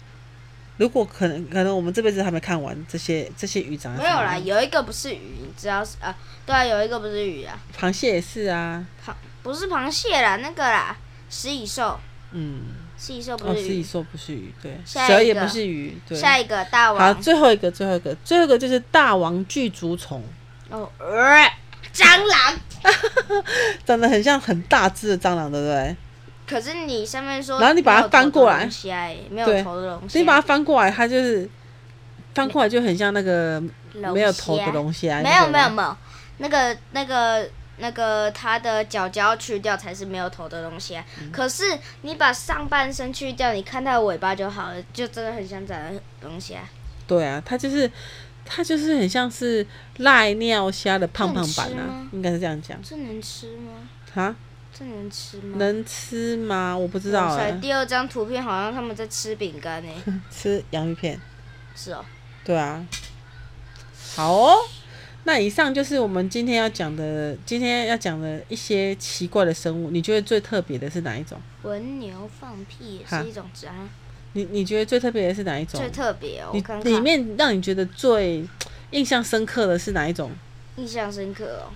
S1: 如果可能，可能我们这辈子还没看完这些这些鱼长得
S2: 没有
S1: 什么
S2: 啦，
S1: 样
S2: 有一个不是鱼，你知道是啊？对啊，有一个不是鱼啊。
S1: 螃蟹也是啊，
S2: 螃不是螃蟹啦，那个啦，食蚁兽，
S1: 嗯，
S2: 食蚁兽不
S1: 哦，
S2: 是
S1: 是
S2: 鱼。
S1: 蚁兽不是鱼，对，
S2: 下
S1: 蛇
S2: 一
S1: 也
S2: 个
S1: 不是鱼，对。
S2: 下一个大
S1: 好，
S2: 王
S1: 最后一个，最后一个，最后一个就是大王巨足虫，
S2: 哦，呃，蟑螂。
S1: 长得很像很大只的蟑螂，对不对？
S2: 可是你上面说，
S1: 然后你把它翻过来
S2: 啊没有
S1: 对
S2: 头的啊龙虾，
S1: 你把它翻过来，它就是翻过来就很像那个
S2: 龙虾
S1: 没有头的龙虾。你
S2: 没有
S1: 觉得
S2: 没有
S1: 吗
S2: 没有，那个那个那个它的脚脚去掉才是没有头的龙虾。
S1: 嗯
S2: 可是你把上半身去掉，你看它的尾巴就好了，就真的很像长得龙虾，
S1: 对啊，它就是它就是很像是赖尿虾的胖胖版
S2: 能吃
S1: 啊
S2: 嗯吗，
S1: 应该是这样讲
S2: 这能吃吗？
S1: 啊。
S2: 这能吃吗？
S1: 能吃吗？我不知道
S2: 哇塞
S1: 哎、
S2: 第二张图片好像他们在吃饼干呢。
S1: 吃洋芋片，
S2: 是哦，
S1: 对啊。好哦，那以上就是我们今天要讲的，今天要讲的一些奇怪的生物。你觉得最特别的是哪一种？
S2: 文牛放屁也
S1: 哈
S2: 是一种植安，啊
S1: 你你觉得最特别的是哪一种？
S2: 最特别哦。我
S1: 你
S2: 看
S1: 里
S2: 看，
S1: 面让你觉得最印象深刻的是哪一种？
S2: 印象深刻哦。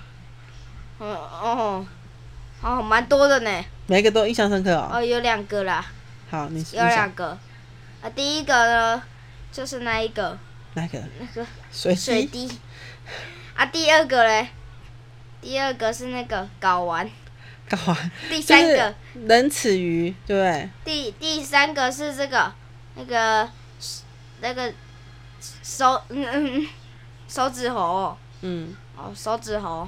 S2: 嗯哦，哦，蛮多的呢。
S1: 每一个都印象深刻哦。
S2: 哦，有两个啦，
S1: 好，你你
S2: 有两
S1: 想
S2: 个。啊，第一个呢，就是那一个
S1: 哪一个？
S2: 那个
S1: 水
S2: 水
S1: 滴。
S2: 滴。啊，第二个嘞，第二个是那个睾丸。
S1: 搞完。
S2: 第
S1: 就
S2: 三个，
S1: 是冷齿鱼，对不对？
S2: 第第三个是这个那个那个手嗯嗯手指猴哦
S1: 嗯，
S2: 哦手指猴，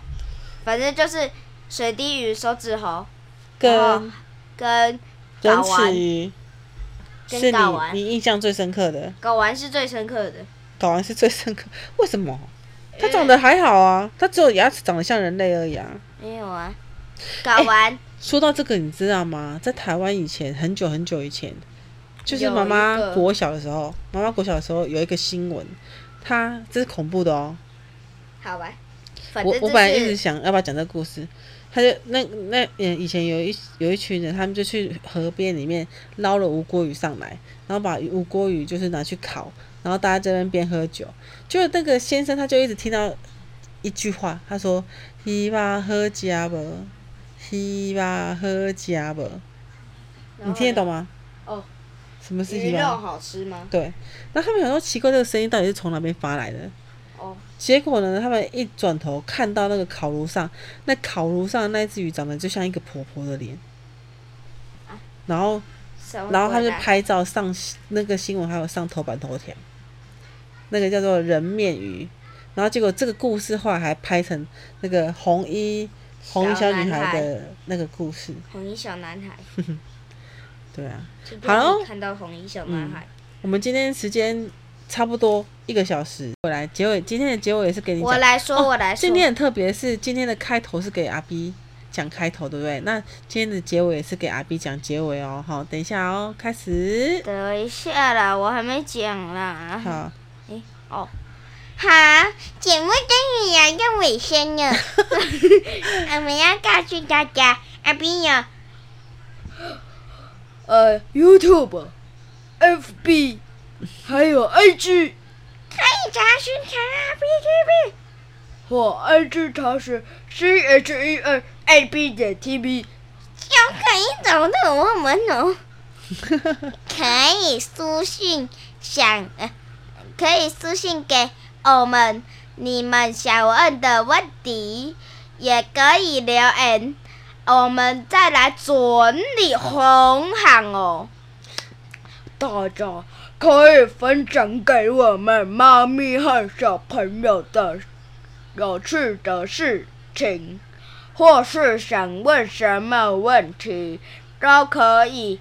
S2: 反正就是水滴鱼、手指猴
S1: 跟
S2: 跟
S1: 冷
S2: 睾
S1: 齿
S2: 丸，
S1: 鱼
S2: 跟
S1: 是你
S2: 睾丸
S1: 你印象最深刻的，
S2: 睾丸是最深刻的。
S1: 睾丸是最深刻，为什么？
S2: 呃
S1: 它长得还好啊，它只有牙齿长得像人类而已啊。
S2: 没有啊，
S1: 哎
S2: 睾丸、
S1: 说到这个，你知道吗？在台湾以前很久很久以前，就是
S2: 有
S1: 妈妈
S2: 一个
S1: 国小的时候，妈妈国小的时候有一个新闻，它这是恐怖的哦。
S2: 好吧，反
S1: 我
S2: 正
S1: 我本来一
S2: 就
S1: 直
S2: 是
S1: 想要不要讲这个故事，他就那那嗯以前有一有一群人，他们就去河边里面捞了无锅鱼上来，然后把无锅鱼就是拿去烤，然后大家在那边边喝酒，就那个先生他就一直听到一句话，他说“希巴喝家不，希巴喝家不”，你听得懂吗？
S2: 哦，
S1: 什么是希
S2: 鱼肉
S1: 巴？
S2: 好吃吗？
S1: 对，那他们想说奇怪，这个声音到底是从哪边发来的？
S2: 哦，
S1: 结果呢，他们一转头看到那个烤炉上，那烤炉上的那只鱼长得就像一个婆婆的脸
S2: 啊。
S1: 然后，
S2: 什么
S1: 然后他
S2: 鬼啊
S1: 就
S2: 啦
S1: 拍照上那个新闻，还有上头版头条，那个叫做人面鱼。然后结果这个故事后来还拍成那个红衣红衣小女
S2: 男
S1: 孩
S2: 孩
S1: 的那个故事，
S2: 红衣小男孩，
S1: 对啊。
S2: 就不
S1: 好
S2: 小心
S1: 咯
S2: 看到红衣小男孩。
S1: 我们今天时间差不多一个小时，我来结尾，今天的结尾也是给你讲
S2: 我来说，
S1: 哦
S2: 我来说
S1: 今。天很特别，是今天的开头是给阿 B 讲开头，对不对？那今天的结尾也是给阿 B 讲结尾哦。好，等一下哦，开始。
S2: 等一下啦，我还没讲啦。
S1: 好，
S2: 哦，好，节目终于来到尾声了， 我们要告诉大家，阿斌哦有
S3: 呃 YouTube、FB，还有 IG
S2: 可以查询查阿 B T V，
S3: 或 IG 查询 C H E N A B 点 T V，
S2: 就可以找到我们哦。可以私信想，呃可以私信给我们你们想问的问题，也可以留言，我们再来整理红行哦。
S3: 大家可以分享给我们妈咪和小朋友的有趣的事情，或是想问什么问题都可以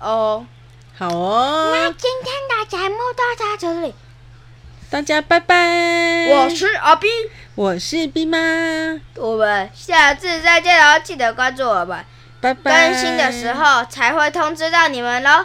S3: 哦。
S1: 好哦，
S2: 今天的节目就到这里，
S1: 大家拜拜。
S3: 我是阿斌，
S1: 我是 B 妈，
S2: 我们下次再见喽！记得关注我们，
S1: 拜拜。
S2: 更新的时，候才会通知到你们喽。